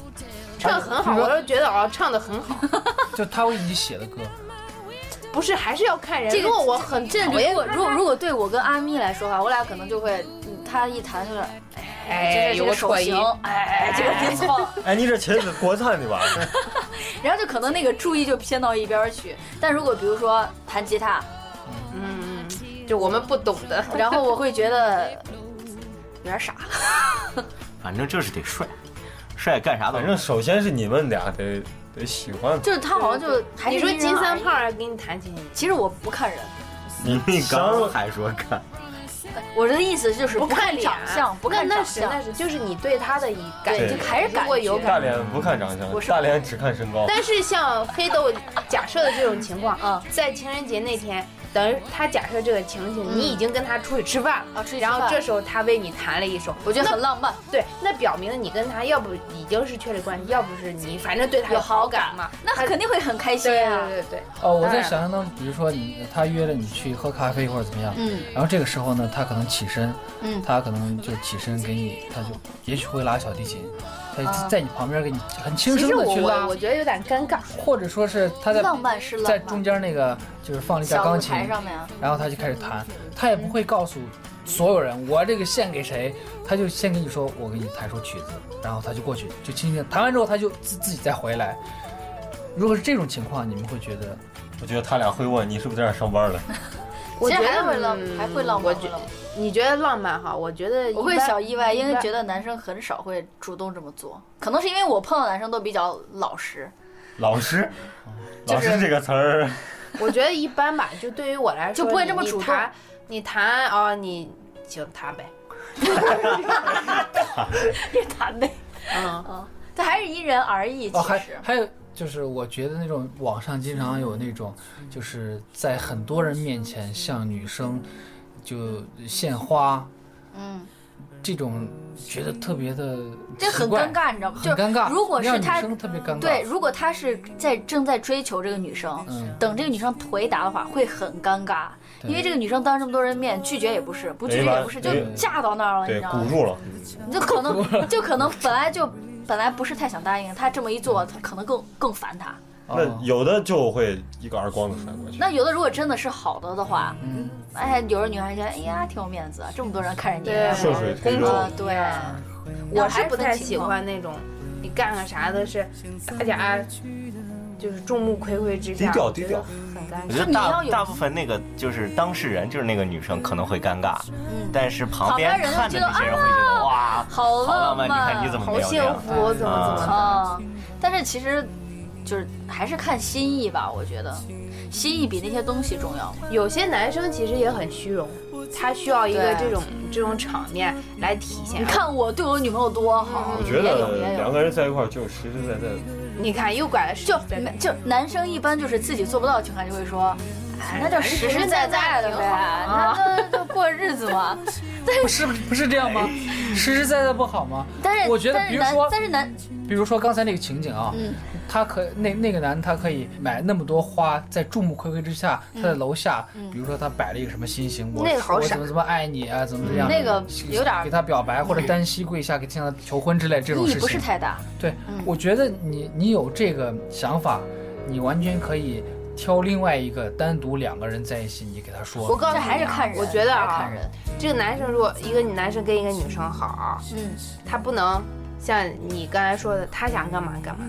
E: 唱的很好，我就觉得啊，唱的很好。
B: 就他为你写的歌，
E: 不是还是要看人。
C: 这个
E: 如果嗯我很
C: 这
E: 讨
C: 如
E: 厌
C: 果如果如果对我跟阿咪来说话，我俩可能就会，嗯他一谈就是，
E: 哎
C: 这
E: 有
C: 个
E: 个
C: 手
E: 错
C: 型
E: 音，
C: 哎，这个不错，
D: 哎，你这茄子国产的吧？
C: 然后就可能那个注意就偏到一边儿去。但如果比如说弹吉他，
E: 嗯，就我们不懂的。
C: 然后我会觉得有点傻，
A: 反正就是得帅，帅干啥都
D: 反正首先是你们俩得得喜欢，
C: 就是他好像就还是
E: 你说
C: 因人
E: 金
C: 而
E: 三
C: 异，
E: 胖给你弹琴，
C: 其实我不看人，
A: 你
D: 刚
A: 刚还说干，
C: 我的意思就是
E: 不
C: 不看
E: 脸
C: 长相，不看
E: 那
C: 长
E: 那是那
C: 相，
E: 是，就是你对他的一感
C: 对，
D: 对
C: 就还是感
E: 如果
C: 觉
E: 有
D: 大连不看长相
C: 我，是
D: 大连只看身高。
E: 但是像黑豆假设的这种情况，啊
C: 嗯
E: 在情人节那天，等于他假设这个情景，
C: 嗯
E: 你已经跟他出去吃饭了，
C: 啊出去吃
E: 然后
C: 饭
E: 这时候他为你弹了一首，
C: 我觉得很浪漫。
E: 对，那表明你跟他要不已经是确立关系，要不是你反正对他
C: 有
E: 好
C: 好
E: 感
C: 感
E: 嘛。
C: 哦那肯定会很开心
E: 对
C: 啊。
E: 对对对，
B: 哦，我在想象当中，比如说你他约了你去喝咖啡或者怎么样，
C: 嗯
B: 然后这个时候呢，他可能起身，
C: 嗯
B: 他可能就起身给你，他就也许会拉小提琴，他
C: 啊
B: 在你旁边给你很轻
E: 其
B: 声
E: 实
B: 的
E: 我
B: 去
E: 我
B: 拉
E: 我，觉得有点尴尬。
B: 或者说是他在
C: 浪漫是浪漫
B: 在中间那个就是放了一架
C: 小
B: 钢
C: 舞
B: 琴，
C: 台上面啊，
B: 然后他就开始弹，他也不会告诉所有人我这个献给谁，他就先跟你说我给你弹首曲子，然后他就过去就轻轻弹完之后他就自自己再回来。如果是这种情况，你们会觉得
D: 我觉得他俩会问你是不是在这儿上班了，
E: 我
C: 其
E: 觉
C: 实
E: 得
C: 还会浪，还会浪漫。会
E: 我觉
C: 浪漫
E: 你觉得浪漫哈？我觉得
C: 嗯我会
E: 一般
C: 小意外，因为
E: 一般
C: 觉得男生很少会主动这么做，可能是因为我碰到男生都比较老 实。
D: 老师，
C: 就
D: 老
C: 是
D: 师这个词儿，
E: 我觉得一般吧，就对于我来说
C: 就不会这么
E: 你
C: 主
E: 你
C: 动
E: 谈，你谈哦，你行谈呗，
C: 别谈呗，
E: 嗯，
C: 但还是因人而异。
B: 哦，
C: 其
B: 还
C: 实，
B: 还有就是，我觉得那种网上经常有那种，
C: 嗯
B: 就是在很多人面前向女生就献花，
C: 嗯，
B: 这种觉得特别的
C: 这很尴，尬，你知道吗？
B: 很
C: 就是
B: 尴尬。
C: 如果是
B: 让
C: 他
B: 女生特别尴尬，
C: 对，，如果他是在正在追求这个女生，
B: 嗯，
C: 等这个女生回答的话，会很尴尬，
B: 对
C: 因为这个女生当着这么多人面拒绝也不是，不拒绝也不是，就
D: 没法
C: 架到那儿了，你
D: 对，
C: 知道
D: 鼓
C: 吗？
D: 住了。
C: 你就可 能就可能本来就本来不是太想答应，他这么一做，他可能更更烦他。
D: 那
B: 哦
D: 有的就会一个耳光子甩过去。
C: 那有的如果真的是好的的话，
B: 嗯
C: 哎，有的女孩觉得哎呀挺有面子，这么多人看着你，
E: 对，
D: 顺水推
E: 公
D: 舟
E: 主
C: 啊对
E: 我是不太喜欢那种你干个啥的是大家就是众目睽睽之下，
D: 低调
E: 我觉
D: 低
E: 得
D: 调
E: 很
A: 我
E: 尴
A: 觉
E: 尬。
A: 得
C: 你要
A: 大
C: 有
A: 大部分那个就是当事人，就是那个女生可能会尴尬，
C: 嗯，
A: 但是旁
C: 旁边
A: 边
C: 人
A: 看着那些人
C: 就啊
A: 会觉得哇，
C: 好
A: 好浪漫！
C: 浪
A: 你看你怎么
E: 好
A: 没有这
E: 幸
A: 样？
E: 福，怎么怎么，
C: 啊、但是其实就是还是看心意吧，我觉得心意比那些东西重要。
E: 有些男生其实也很虚荣，他需要一个
C: 对
E: 这种这种场面来体现。
C: 你，看我对我女朋友多好，
D: 嗯我觉得
C: 嗯也有也
D: 两
C: 有。
D: 个人在一块儿就实实在在的。
E: 你看又拐了十
C: 就
E: 字
C: 没就男生一般就是自己做不到的情况下就会说，哎，那就实实在在的呗，
E: 啊
C: 那就就 过日子嘛。
B: 不是不是这样吗？实实在在不好吗？
C: 但是
B: 我觉得
C: 但
B: 比
C: 是
B: 如
C: 男
B: 说
C: 但是男
B: 比如说刚才那个情景啊，
C: 嗯
B: 他可那那个男他可以买那么多花，在众目睽睽之下，
C: 嗯
B: 他在楼下，比如说他摆了一个什么心形，我
E: 那个好
B: 我
E: 傻
B: 怎么怎么爱你啊，怎么怎么样，
C: 那个有点儿
B: 给他表白或者单膝跪下给向他求婚之类这种
C: 意义
B: 事
C: 不是
B: 情，
C: 太嗯大，
B: 对，我觉得你你有这个想法，你完全可以挑另外一个单独两个人在一起，你给他
E: 我
B: 说，
E: 告诉
C: 这
E: 你，啊
C: 还是看人，
E: 嗯我觉得
C: 还是
E: 啊
C: 看，人，
E: 这个男生如果一个男生跟一个女生好，
C: 嗯，
E: 他不能像你刚才说的，他想干嘛干嘛，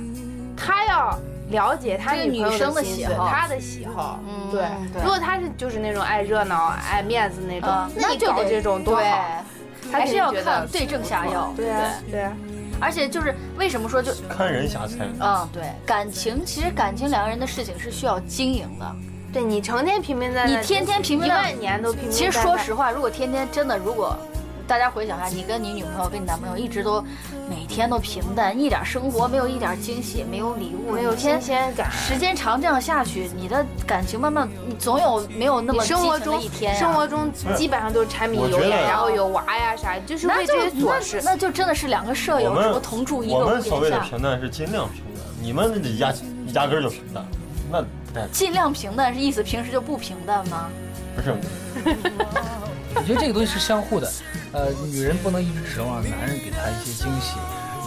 E: 他要了解他
C: 这个
E: 女朋友
C: 女生的
E: 心
C: 喜
E: 思
C: 好
E: 他的喜好。
C: 嗯
E: 对
C: 对
E: 如果他是就是那种爱热闹、爱面子嗯那种，
C: 啊，
E: 你
C: 就
E: 搞
C: 得
E: 这种多
C: 对
E: 好。
C: 还
E: 他肯
C: 是
E: 定
C: 要
E: 觉
C: 看
E: 得
C: 对症下药，
E: 对啊，对啊，
C: 而且就是为什么说就
D: 看人瞎猜，
C: 嗯，对，感情其实感情两个人的事情是需要经营的。
E: 对你成天平平淡淡，
C: 你天天平平
E: 一
C: 淡
E: 万年都平平淡
C: 其
E: 淡。
C: 实说实话，如果天天真的，如果大家回想一下，你跟你女朋友、跟你男朋友一直都每天都平淡，一点生活没有，一点惊喜，没有礼物，
E: 没有
C: 每天
E: 新鲜感。
C: 时间长这样下去，你的感情慢慢，你总有没有那
E: 你
C: 么
E: 生活
C: 激情的
E: 中
C: 一天、啊呀
E: 生活中基本上都是柴米
D: 哎我
E: 油
D: 觉
E: 盐，
D: 得啊
E: 然后有娃呀啥，就是
C: 那
E: 为这
C: 就
E: 些琐
C: 那
E: 事。
C: 那就真的是两个舍
D: 我
C: 友，什么
D: 们
C: 同住一个
D: 我
C: 屋檐
D: 们
C: 下，
D: 所谓的平淡是尽量平淡，你们压压根儿就平淡，那不太
C: 尽量平淡是意思平时就不平淡吗？
D: 不是
B: 我觉得这个东西是相互的。呃，女人不能一直指望男人给她一些惊喜，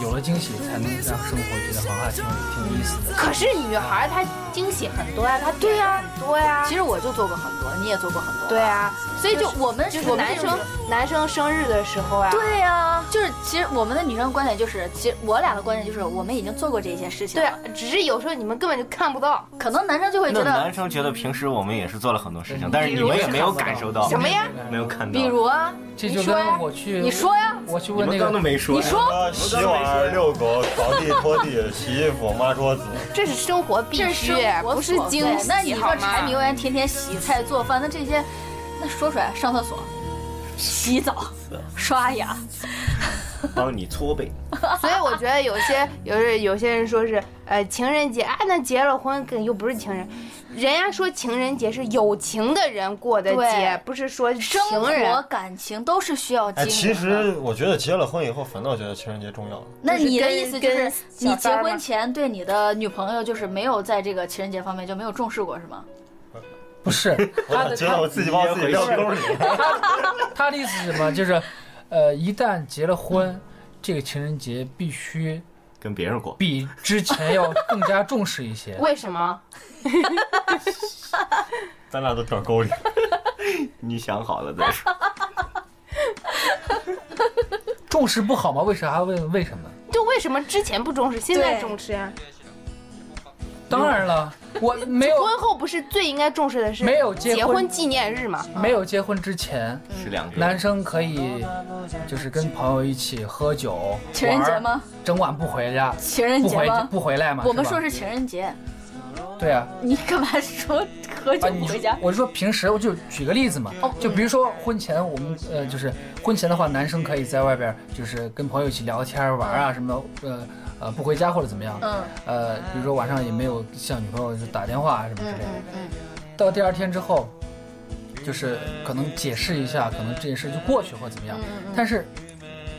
B: 有了惊喜才能让生活觉得好像挺挺有意思的。
E: 可是女孩她惊喜很多呀、她对啊呀、很多呀、
C: 其实我就做过很多，你也做过很多。
E: 对，啊，
C: 所以就我们
E: 就是
C: 我们
E: 男
C: 这种
E: 生男生生日的时候啊，
C: 对呀、就是其实我们的女生观点就是，其实我俩的观点就是，我们已经做过这些事情
E: 对
C: 了。
E: 啊，只是有时候你们根本就看不到
C: 可能男生就会
A: 那
C: 觉
A: 男
C: 得，
A: 生觉得平时我们也是做了很多事情，
B: 嗯
A: 但是你们也没有
B: 比如
A: 感受到
E: 什，么呀？
A: 没有看到。
C: 比如啊，
B: 这
C: 你
B: 就
C: 说呀
B: 跟我去，
C: 你说呀，
B: 我去
A: 你
B: 问
A: 们
B: 那
A: 刚都
B: 个，
A: 没说，
C: 你说
D: 呃洗碗、遛狗、扫地、拖地、洗衣服、抹桌子，
E: 这是生活必
C: 这是
E: 须
C: 生，活
E: 不是
C: 所
E: 惊
C: 对
E: 喜，
C: 那你
E: 好
C: 说
E: 吗
C: 柴米油盐天天洗菜做饭，那这些，那说出来，上厕所、洗澡、刷牙，
A: 帮你搓背，
E: 所以我觉得有些有些有些人说是呃情人节啊，那结了婚跟又不是情人，人家说情人节是有情的人过的
C: 对
E: 节，不是说情
C: 生活
E: 人。
C: 感情都是需要经
D: 哎，
C: 营的。
D: 其实我觉得结了婚以后，反倒觉得情人节重要了。
C: 那
E: 就是
C: 你的
E: 跟
C: 意思就
E: 跟
C: 是，你
E: 小
C: 结
E: 三儿
C: 婚
E: 嘛
C: 前对你的女朋友就是没有在这个情人节方面就没有重视过，是吗？
B: 不是
D: 我
B: 他
D: 咋
B: 的
D: 觉得我
B: 他
D: 自己把我自己撂沟里了？
B: 他的意思是什么？就是，呃，一旦结了婚，这个情人节必须
A: 跟别人过。
B: 比之前要更加重视一些。
E: 为什么？
D: 咱俩都掉沟里了。
A: 你想好了再说。
B: 重视不好吗？为啥还问为什么？
E: 就为什么之前不重视，现在重视呀、
B: 当然了，我没有
E: 婚后不是最应该重视的是
B: 没有结
E: 结
B: 婚
E: 婚纪念日吗？
B: 没有结婚之前，
C: 嗯
A: 是两个人
B: 男生可以就是跟朋友一起喝酒，
C: 情人节吗
B: 玩儿？整晚不回家，
C: 情人
B: 不
C: 节
B: 回
C: 吗？
B: 不回来嘛？
C: 我们
B: 吧
C: 说是情人节，
B: 对啊，
C: 你干嘛说喝酒
B: 啊，
C: 不
B: 你
C: 回家？哦
B: 我是说平时，我就举个例子嘛，就比如说婚前我们呃，就是婚前的话，男生可以在外边儿就是跟朋友一起聊天儿玩儿啊什么的，呃呃不回家或者怎么样，
C: 嗯
B: 呃比如说晚上也没有向女朋友就打电话啊什么之类
C: 嗯
B: 的。
C: 嗯嗯，
B: 到第二天之后，就是可能解释一下，可能这件事就过去或怎么
C: 嗯
B: 样。但是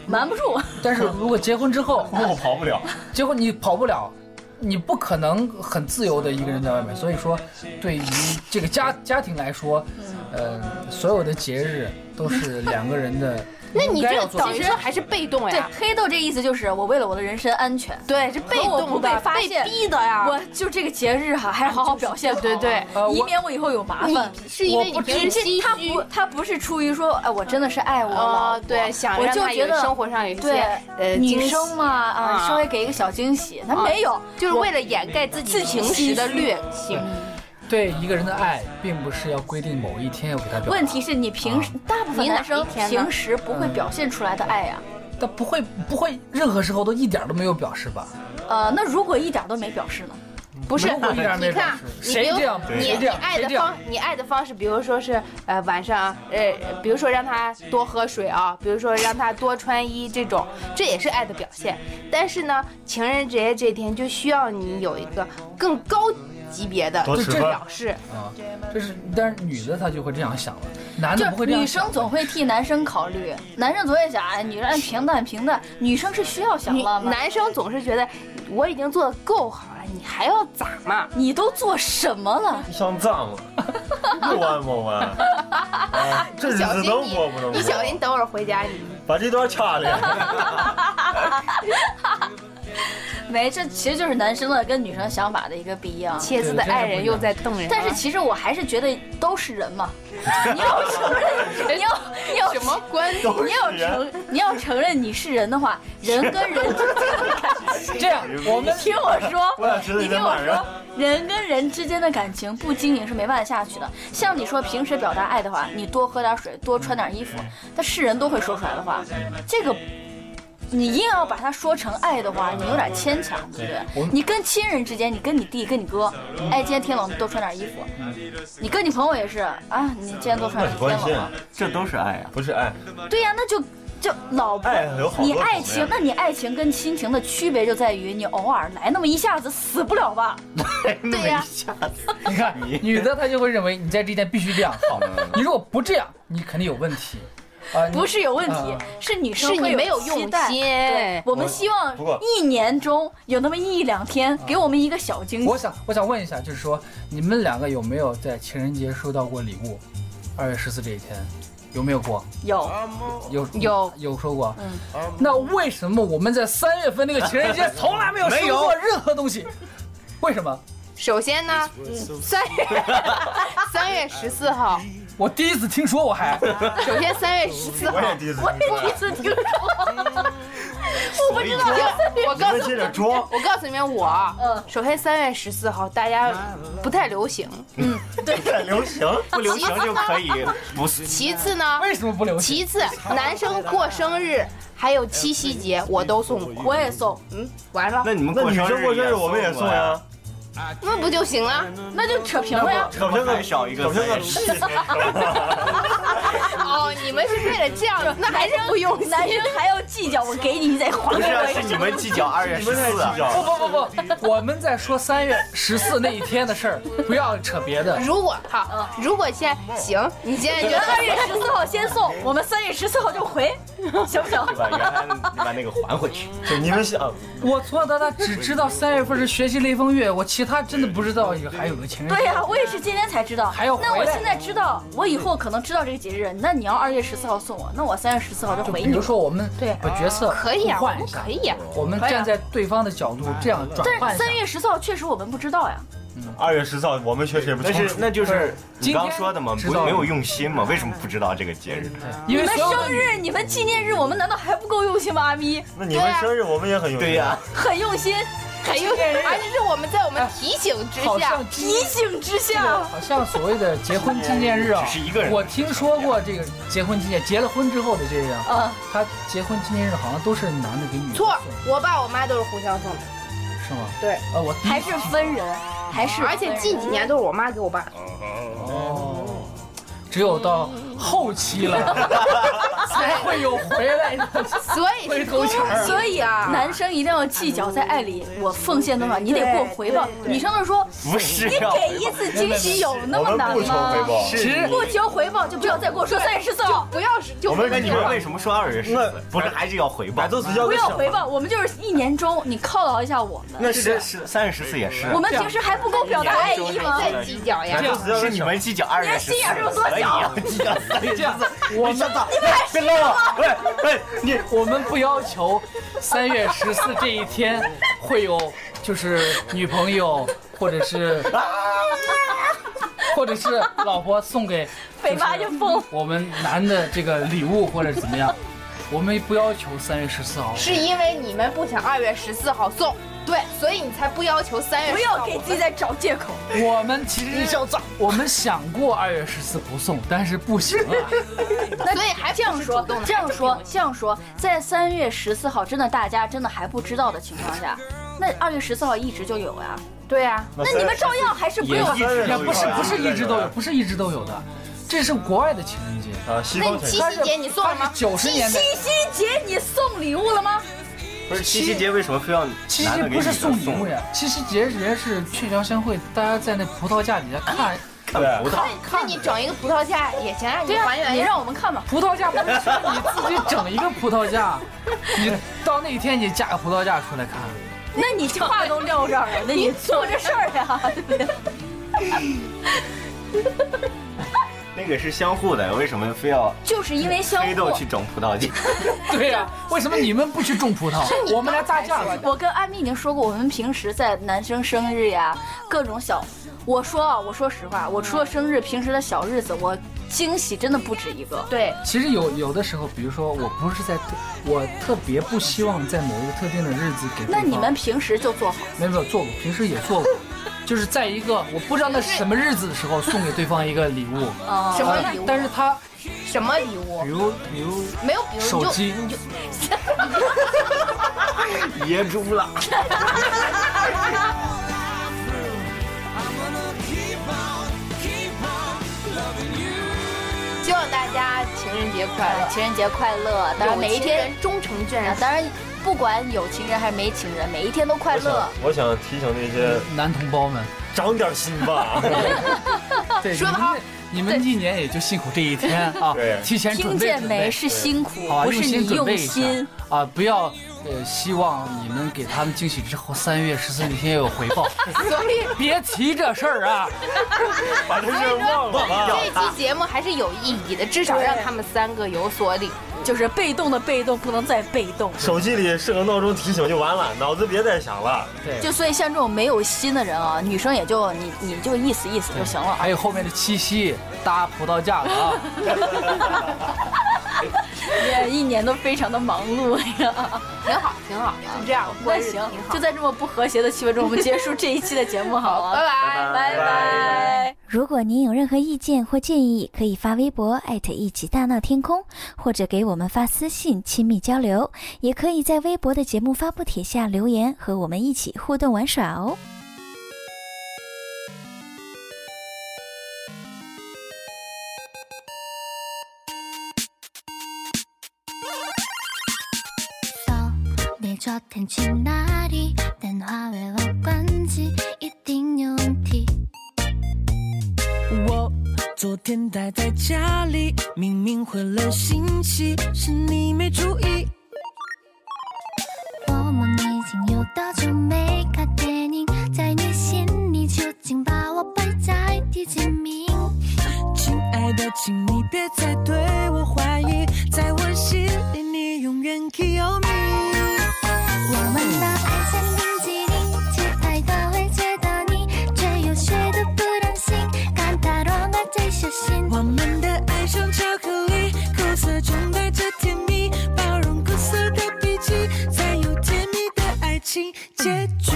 C: 瞒不住。
B: 但是如果结婚之 后，
D: 我跑不了，
B: 结婚你跑不了，你不可能很自由的一个人在外面。所以说，对于这个家家庭来说，呃，所有的节日都是两个人的
E: 那你
B: 应该
E: 这
B: 要
E: 个
B: 做的
E: 等于说还是被动
C: 对
E: 呀，，
C: 黑豆这意思就是我为了我的人身安全，
E: 对，是被
C: 和我
E: 动
C: 不
E: 的，
C: 被发现
E: 逼的呀。
C: 我就这个节日哈，还是好好表现好，
E: 对对
B: 呃我
C: 以免我以后有麻烦。
E: 你是因为你
B: 我不
E: 平时
C: 只
E: 心
C: 是他
E: 虚
C: 不，他不是出于说，哎，我真的是爱我老
E: 哦
C: 婆，
E: 对，想
C: 我
E: 让
C: 就
E: 他
C: 觉
E: 有
C: 得
E: 生活上有一些
C: 对
E: 呃
C: 女
E: 惊喜
C: 生嘛啊，
E: 啊
C: 稍微给一个小惊喜，他没有，
E: 就是为了掩盖自己平时的劣性。
B: 对一个人的爱，并不是要规定某一天要给他表达。
C: 问题是你
B: 啊
C: 平时大部分
E: 你哪
C: 男生
E: 一天呢
C: 平时不会表现出来的爱呀、
B: 他不会不会任何时候都一点都没有表示吧？
C: 呃，那如果一点都没表示呢？
B: 不是，一点没
E: 你
B: 表
E: 看
B: 示，，
E: 你
B: 谁
E: 比如
B: 这样？
E: 你
B: 谁这
E: 你
B: 样？
E: 爱
B: 谁
E: 的
B: 这样
E: 方？，你爱的方式，比如说是呃晚上呃，比如说让他多喝水啊，比如说让他多穿衣这种，这也是爱的表现。但是呢，情人节这天就需要你有一个更高级别的
D: 多吃饭
E: 表示，
B: 啊，这是，但是女的她就会这样想了，男
C: 就
B: 的不会这样
C: 女
B: 想
C: 生
B: 的。
C: 总会替男生考虑，男生总会想，哎，女人平淡平淡，女生是需要想
E: 女
C: 浪漫。
E: 男生总是觉得我已经做的够好了，你还要咋嘛？
C: 你都做什么了？
D: 你想咋嘛？不弯不弯？啊，这日
E: 你小
D: 子
E: 心
D: 能
E: 你
D: 过不能过？
E: 你小心，等会儿回家你
D: 把这段掐了。
C: 没，这其实就是男生的跟女生想法的一个不一样。
E: 切丝的爱人又在瞪人了。啊
C: 但是其实我还是觉得都是人 嘛，你要承认，你要你要
E: 什么关系？
C: 你要
D: 啊
C: 承你要承认你是人的话，人跟人之间的感 情，
B: 这样，我们
C: 听我
D: 我俩觉
C: 说，
D: 得
C: 你
D: 你
C: 听
D: 在
C: 我
D: 骂人
C: 说，人跟人之间的感情不经营是没办法下去的。像你说平时表达爱的话，你多喝点水，多穿点衣服，
D: 嗯
C: 但是人都会说出来的话，这个。你硬要把它说成爱的话，你有点牵强，对不对？你跟亲人之间，你跟你弟、跟你哥，哎，今天天冷，多穿点衣服。你跟你朋友也是啊，你今天多穿
D: 嗯
C: 点衣服，天
D: 那你关
C: 冷
D: 心
C: 了
D: 啊。？
A: 这都是爱哎呀、
D: 不是爱，
C: 对呀、那就就老婆，
D: 爱有好多
C: 你
D: 种
C: 爱
D: 呀
C: 情，那你爱情跟亲情的区别就在于，你偶尔来那么一下子，死不了吧？
A: 哎
C: 对呀、
B: 你看， 女的她就会认为你在这一天必须这样好，你如果不这样，你肯定有问题。啊、你
C: 不是有问题
B: 啊，
C: 嗯是女
E: 是
C: 生
E: 你
C: 会
E: 没有
C: 期
E: 用
C: 待
E: 心
C: 对，我们
D: 我
C: 希望
D: 不过
C: 一年中有那么一两天给我们一个小惊
B: 我
C: 喜。
B: 想，我想问一下，就是说，你们两个有没有在情人节收到过礼物？二月十四这一天，有没有过？
C: 有，
B: 有
E: 有
B: 有说过。嗯。那为什么我们在三月份那个情人节从来没有
A: 没
B: 收
A: 有
B: 过任何东西？为什么？
E: 首先呢，嗯三月 三月十四号，
B: 我第一次听说，我还
E: 首先三月十四号
D: 我，也第一次听
C: 第一
D: 说，
C: 次听说，
D: 我不知道，
E: 我
D: 你
E: 告
D: 们
E: 诉
D: 接着装。
E: 我告诉你们我，
C: 嗯
E: 首先三月十四号大家不太流行，
D: 在流行，
A: 不流行就可以，不是
E: 其次呢，
B: 为什么不流行？
E: 其次男生过生日还有七夕节我都送过，
C: 我也送，
E: 嗯，完了，
A: 那你们
D: 那
A: 过
D: 女
A: 生
D: 生过生日
A: 也
D: 我们也送
A: 我
D: 呀
A: 呀，，
E: 那不就行了？
C: 那就扯平了呀。
D: 可不
A: 还少一个
D: 可不
A: 三月
D: 是个
E: 哦，你们是为了这样，那还是不用心。
C: 男生还要计较，我给你，你再还
A: 不
C: 给
A: 是啊
C: 我
A: 是
C: 一
A: 你
C: 个。
A: 们计较二月
D: 你
A: 十
D: 们太
A: 四
D: 计
A: 啊，
B: 不
D: 较了。
B: 不不不，我们在说三月十四那一天的事儿，不要扯别的。
E: 如果好，如果现在行，你现在觉得
C: 二月十四号先送，我们三月十四号就回，行不行？
A: 对吧？原来你把那个还回去，
D: 就你们想，
B: 我从小到大只知道三月份是学习雷锋月，我其他真的不知道有还有个情人
C: 对
B: 节。
C: 呀、我也是今天才知道。
B: 哎还要回来
C: 那我现在知道，我以后可能知道这个节日。那你要二月十四号送我，那我三月十四号就
B: 就
C: 回
B: 比
C: 你
B: 如。说我们
C: 对
B: 把角色
E: 可以啊，
B: 互
E: 我
B: 换一
E: 们
B: 下
E: 可，以啊。
B: 我们
C: 可以啊
B: 站在对方的角度这样转
C: 但
B: 换
C: 是
B: 一下
C: 三。月十四号确实我们不知道呀。
D: 二月十四号我们确实也不
A: 那
D: 清
A: 是
D: 楚。
A: 那就是你
B: 今
A: 刚
B: 天
A: 说的嘛，
B: 知
A: 不
B: 道
A: 没有
B: 了
A: 用心嘛？为什么不知道这个节日？
C: 你
B: 因为
C: 们
B: 所有的
C: 生日、你们纪念日，我们难道还不够用心吗？阿咪，
D: 那你们生日我们也很有啊
A: 对呀，
C: 很用心，
E: 还有，哎而且是我们在我们提醒之
B: 好
E: 下
B: 像，
C: 提醒之
B: 这个
C: 下，
B: 好像所谓的结婚纪念日啊，
A: 只是一个人
B: 我听说过这个结婚纪念，结了婚之后的这样，
C: 啊，
B: 他结婚纪念日好像都是男的给女的
E: 错
B: 送，
E: 我爸我妈都是互相送的，
B: 是吗？
E: 对，
B: 啊，我第一
C: 还是分人，还是
E: 而且近几年都是我妈给我爸送，
B: 哦，只有到后期了
C: 嗯
B: 才会有回 来的
E: 所以
B: 回
E: 是
B: 头钱儿。
E: 所以啊，
C: 男生一定要计较，在爱里我奉献多少，你得给我回报。
E: 对对对
C: 女生都说
A: 不是
C: 你
A: 啊，
C: 给一次惊喜有那
D: 我
C: 么
D: 们
C: 难
D: 不求回
C: 吗？
D: 报。
A: 是
B: 其实
A: 你
C: 不求回报就不要再跟我说三月十四号，
E: 不要是就
D: 我们
A: 那
D: 跟
A: 你
D: 们
A: 们为什么说二月十
D: 那
A: 四？不是还是要回报
D: 百？度词叫
C: 不
D: 个
C: 要
D: 小
C: 回报，我们就是一年中你犒劳一下我们。
A: 那是是三月十四也是，
C: 我们平时还不够表达爱意吗？
E: 在计较呀
A: 百。度词是你们计较二月十四，
C: 你的心眼儿有多小
A: 所以要计较三月
B: 这样，
A: 我们别闹了，喂喂，你
B: 我们不要求三月十四这一天会有就是女朋友或者是或者是老婆送给
C: 北妈就疯了。
B: 我们男的这个礼物或者怎么样，我们不要求三月十四哦号。
E: 是因为你们不想二月十四号送，对，所以你才不要求三月
C: 不
E: 14
C: 要
E: 号
C: 给自己再找借口。
B: 我们其实想我们想过二月十四不送，但是不行啊。
C: 那所以还这样说，这样说，这样说，在三月十四号，真的大家真的还不知道的情况下，那二月十四号一直就有呀。
E: 对啊呀、
C: 那你们照样还是不用
A: 也一直
B: 也不是
A: 都有啊
B: 不是一直都有，不是一直都有的，这是国外的情人节。
D: 啊，西
E: 那
D: 方
E: 你
D: 情
E: 七
D: 人
E: 夕节你送了吗？
B: 九十
C: 七
B: 年代
C: 夕节你送礼物了吗？
A: 不是七夕节为什么非要
B: 七
A: 男
B: 夕
A: 的给女
B: 不是
A: 的
B: 送礼物呀，七夕节人家是鹊桥相会，大家在那葡萄架底下看
A: 看葡萄，
E: 那你整一个葡萄架也行啊，你
C: 对呀、
E: 还原
C: 你
E: 一下。
C: 让我们看吧。
B: 葡萄架，不是说你自己整一个葡萄架，你到那一天你架个葡萄架出来看，
C: 那你这话都撂这儿了，那你做这事儿呀， 对不对？
A: 那个是相互的，为什么非要
C: 就是因为哎相
A: 黑豆
C: 互。
A: 去整葡萄去？
B: 对呀、为什么你们不去种葡萄，我们来搭架子？
C: 我跟安妮已经说过，我们平时在男生生日呀，各种小，我说啊，我说实话，我除了生日，平时的小日子，我惊喜真的不止一个。
E: 对，
B: 其实有有的时候，比如说我不是在特，我特别不希望在某一个特定的日子给对
C: 那
B: 方。
C: 你们平时就做好，
B: 没有没有做过，平时也做过，就是在一个我不知道那是什么日子的时候送给对方一个礼物，
C: 啊
E: 什么
B: 啊
E: 礼物
B: 但是他
E: 什么礼物
B: 比？如比如
E: 没有，比如你
B: 手
E: 就
B: 机，
A: 野猪了。
E: 希望大家情人节快乐，
C: 情人节快乐！当然每一天
E: 有情人终成眷
C: 啊
E: 属，。
C: 当然不管有情人还是没情人，每一天都快
D: 我
C: 乐
D: 想。我想提醒那些
B: 男同胞们，
D: 长点心吧，
B: 对，
E: 说得
B: 你
E: 好
B: 们你们一年也就辛苦这一天啊
D: 对，
B: 提前
C: 听
B: 准备
C: 见
B: 准
C: 没？
B: 备，
C: 是辛苦
B: 好，吧，啊
C: 不是
B: 用心
C: 你
B: 准备
C: 用
B: 一下
C: 心。
B: 啊，不要呃，希望你们给他们惊喜之后，三月十四那天有回 报。
E: 所以
B: 别提这事儿啊！
D: 把这事儿忘了吧。
E: 这期节目还是有意义的，至少让他们三个有所领。
C: 就是被动的被动，不能再被动。
D: 手机里设个闹钟提醒就完了，脑子别再想了。
B: 对，
C: 就所以像这种没有心的人啊，女生也就你你就意思意思就行了。
B: 还有后面的七夕搭葡萄架了啊！
C: 一年都非常的忙碌呀。
E: 挺好，挺好，就这样过
C: 那
E: 日子挺
C: 行，
E: 好
C: 就。在这么不和谐的气氛中，我们结束这一期的节目好
E: 拜
C: 了，
E: 拜。
C: 拜
D: 拜
C: 拜
D: 拜。
F: 如果您有任何意见或建议，可以发微博一起大闹天空，或者给我们发私信亲密交流，也可以在微博的节目发布帖下留言，和我们一起互动玩耍哦。
G: 내 좋댄 날이 난 화웨어 관지 이띵 용티
H: 我昨天待在家里，明明回了信息，是你没注意。
G: 我们已经有多久没看电影？在你心里究竟把我排在第几名？
H: 亲爱的，请你别再对我怀疑，在我心里你永远 kill me。
G: 我们的爱像冰激凌，期待的会见到你，却又学得不忍心，看他让我最小心。
H: 我们的爱像巧克力，苦涩中带着甜蜜，包容苦涩的脾气，才有甜蜜的爱情结局。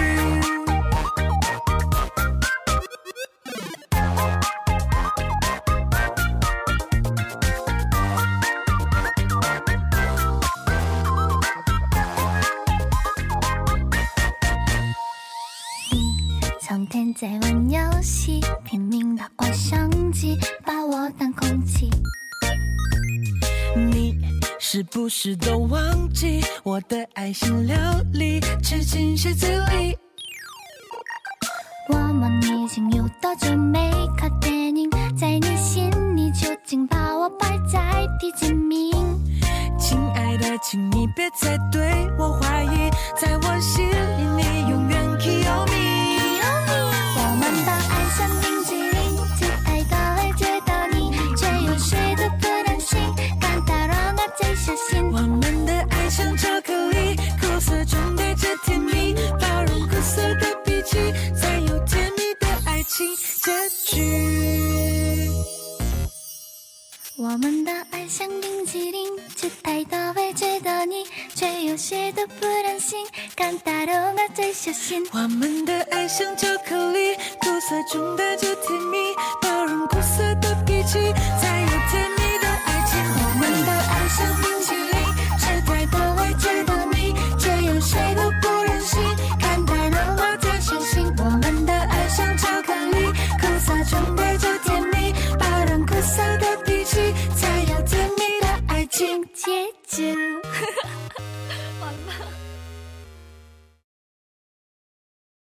G: 上天在玩游戏，拼命的我相机，把我当空气。
H: 你是不是都忘记我的爱心料理，吃进鞋子里？
G: 我们已经有多久没看电影？在你心里究竟把我排在第几名？
H: 亲爱的，请你别再对我怀疑，在我心里你永远 kill me。
G: 我们的爱像冰淇淋，期待的会见到你，却又谁都不忍心，看它让我最小心。
H: 我们的爱像巧克力，苦涩中带着甜蜜，包容苦涩的脾气，才有甜蜜的爱情结局。
G: 我们的爱像冰淇淋，吃太多会觉得腻，却有些都不忍心，看它都我最小心。
H: 我们的爱像巧克力，苦涩中带着甜蜜，包容苦涩的脾气，才有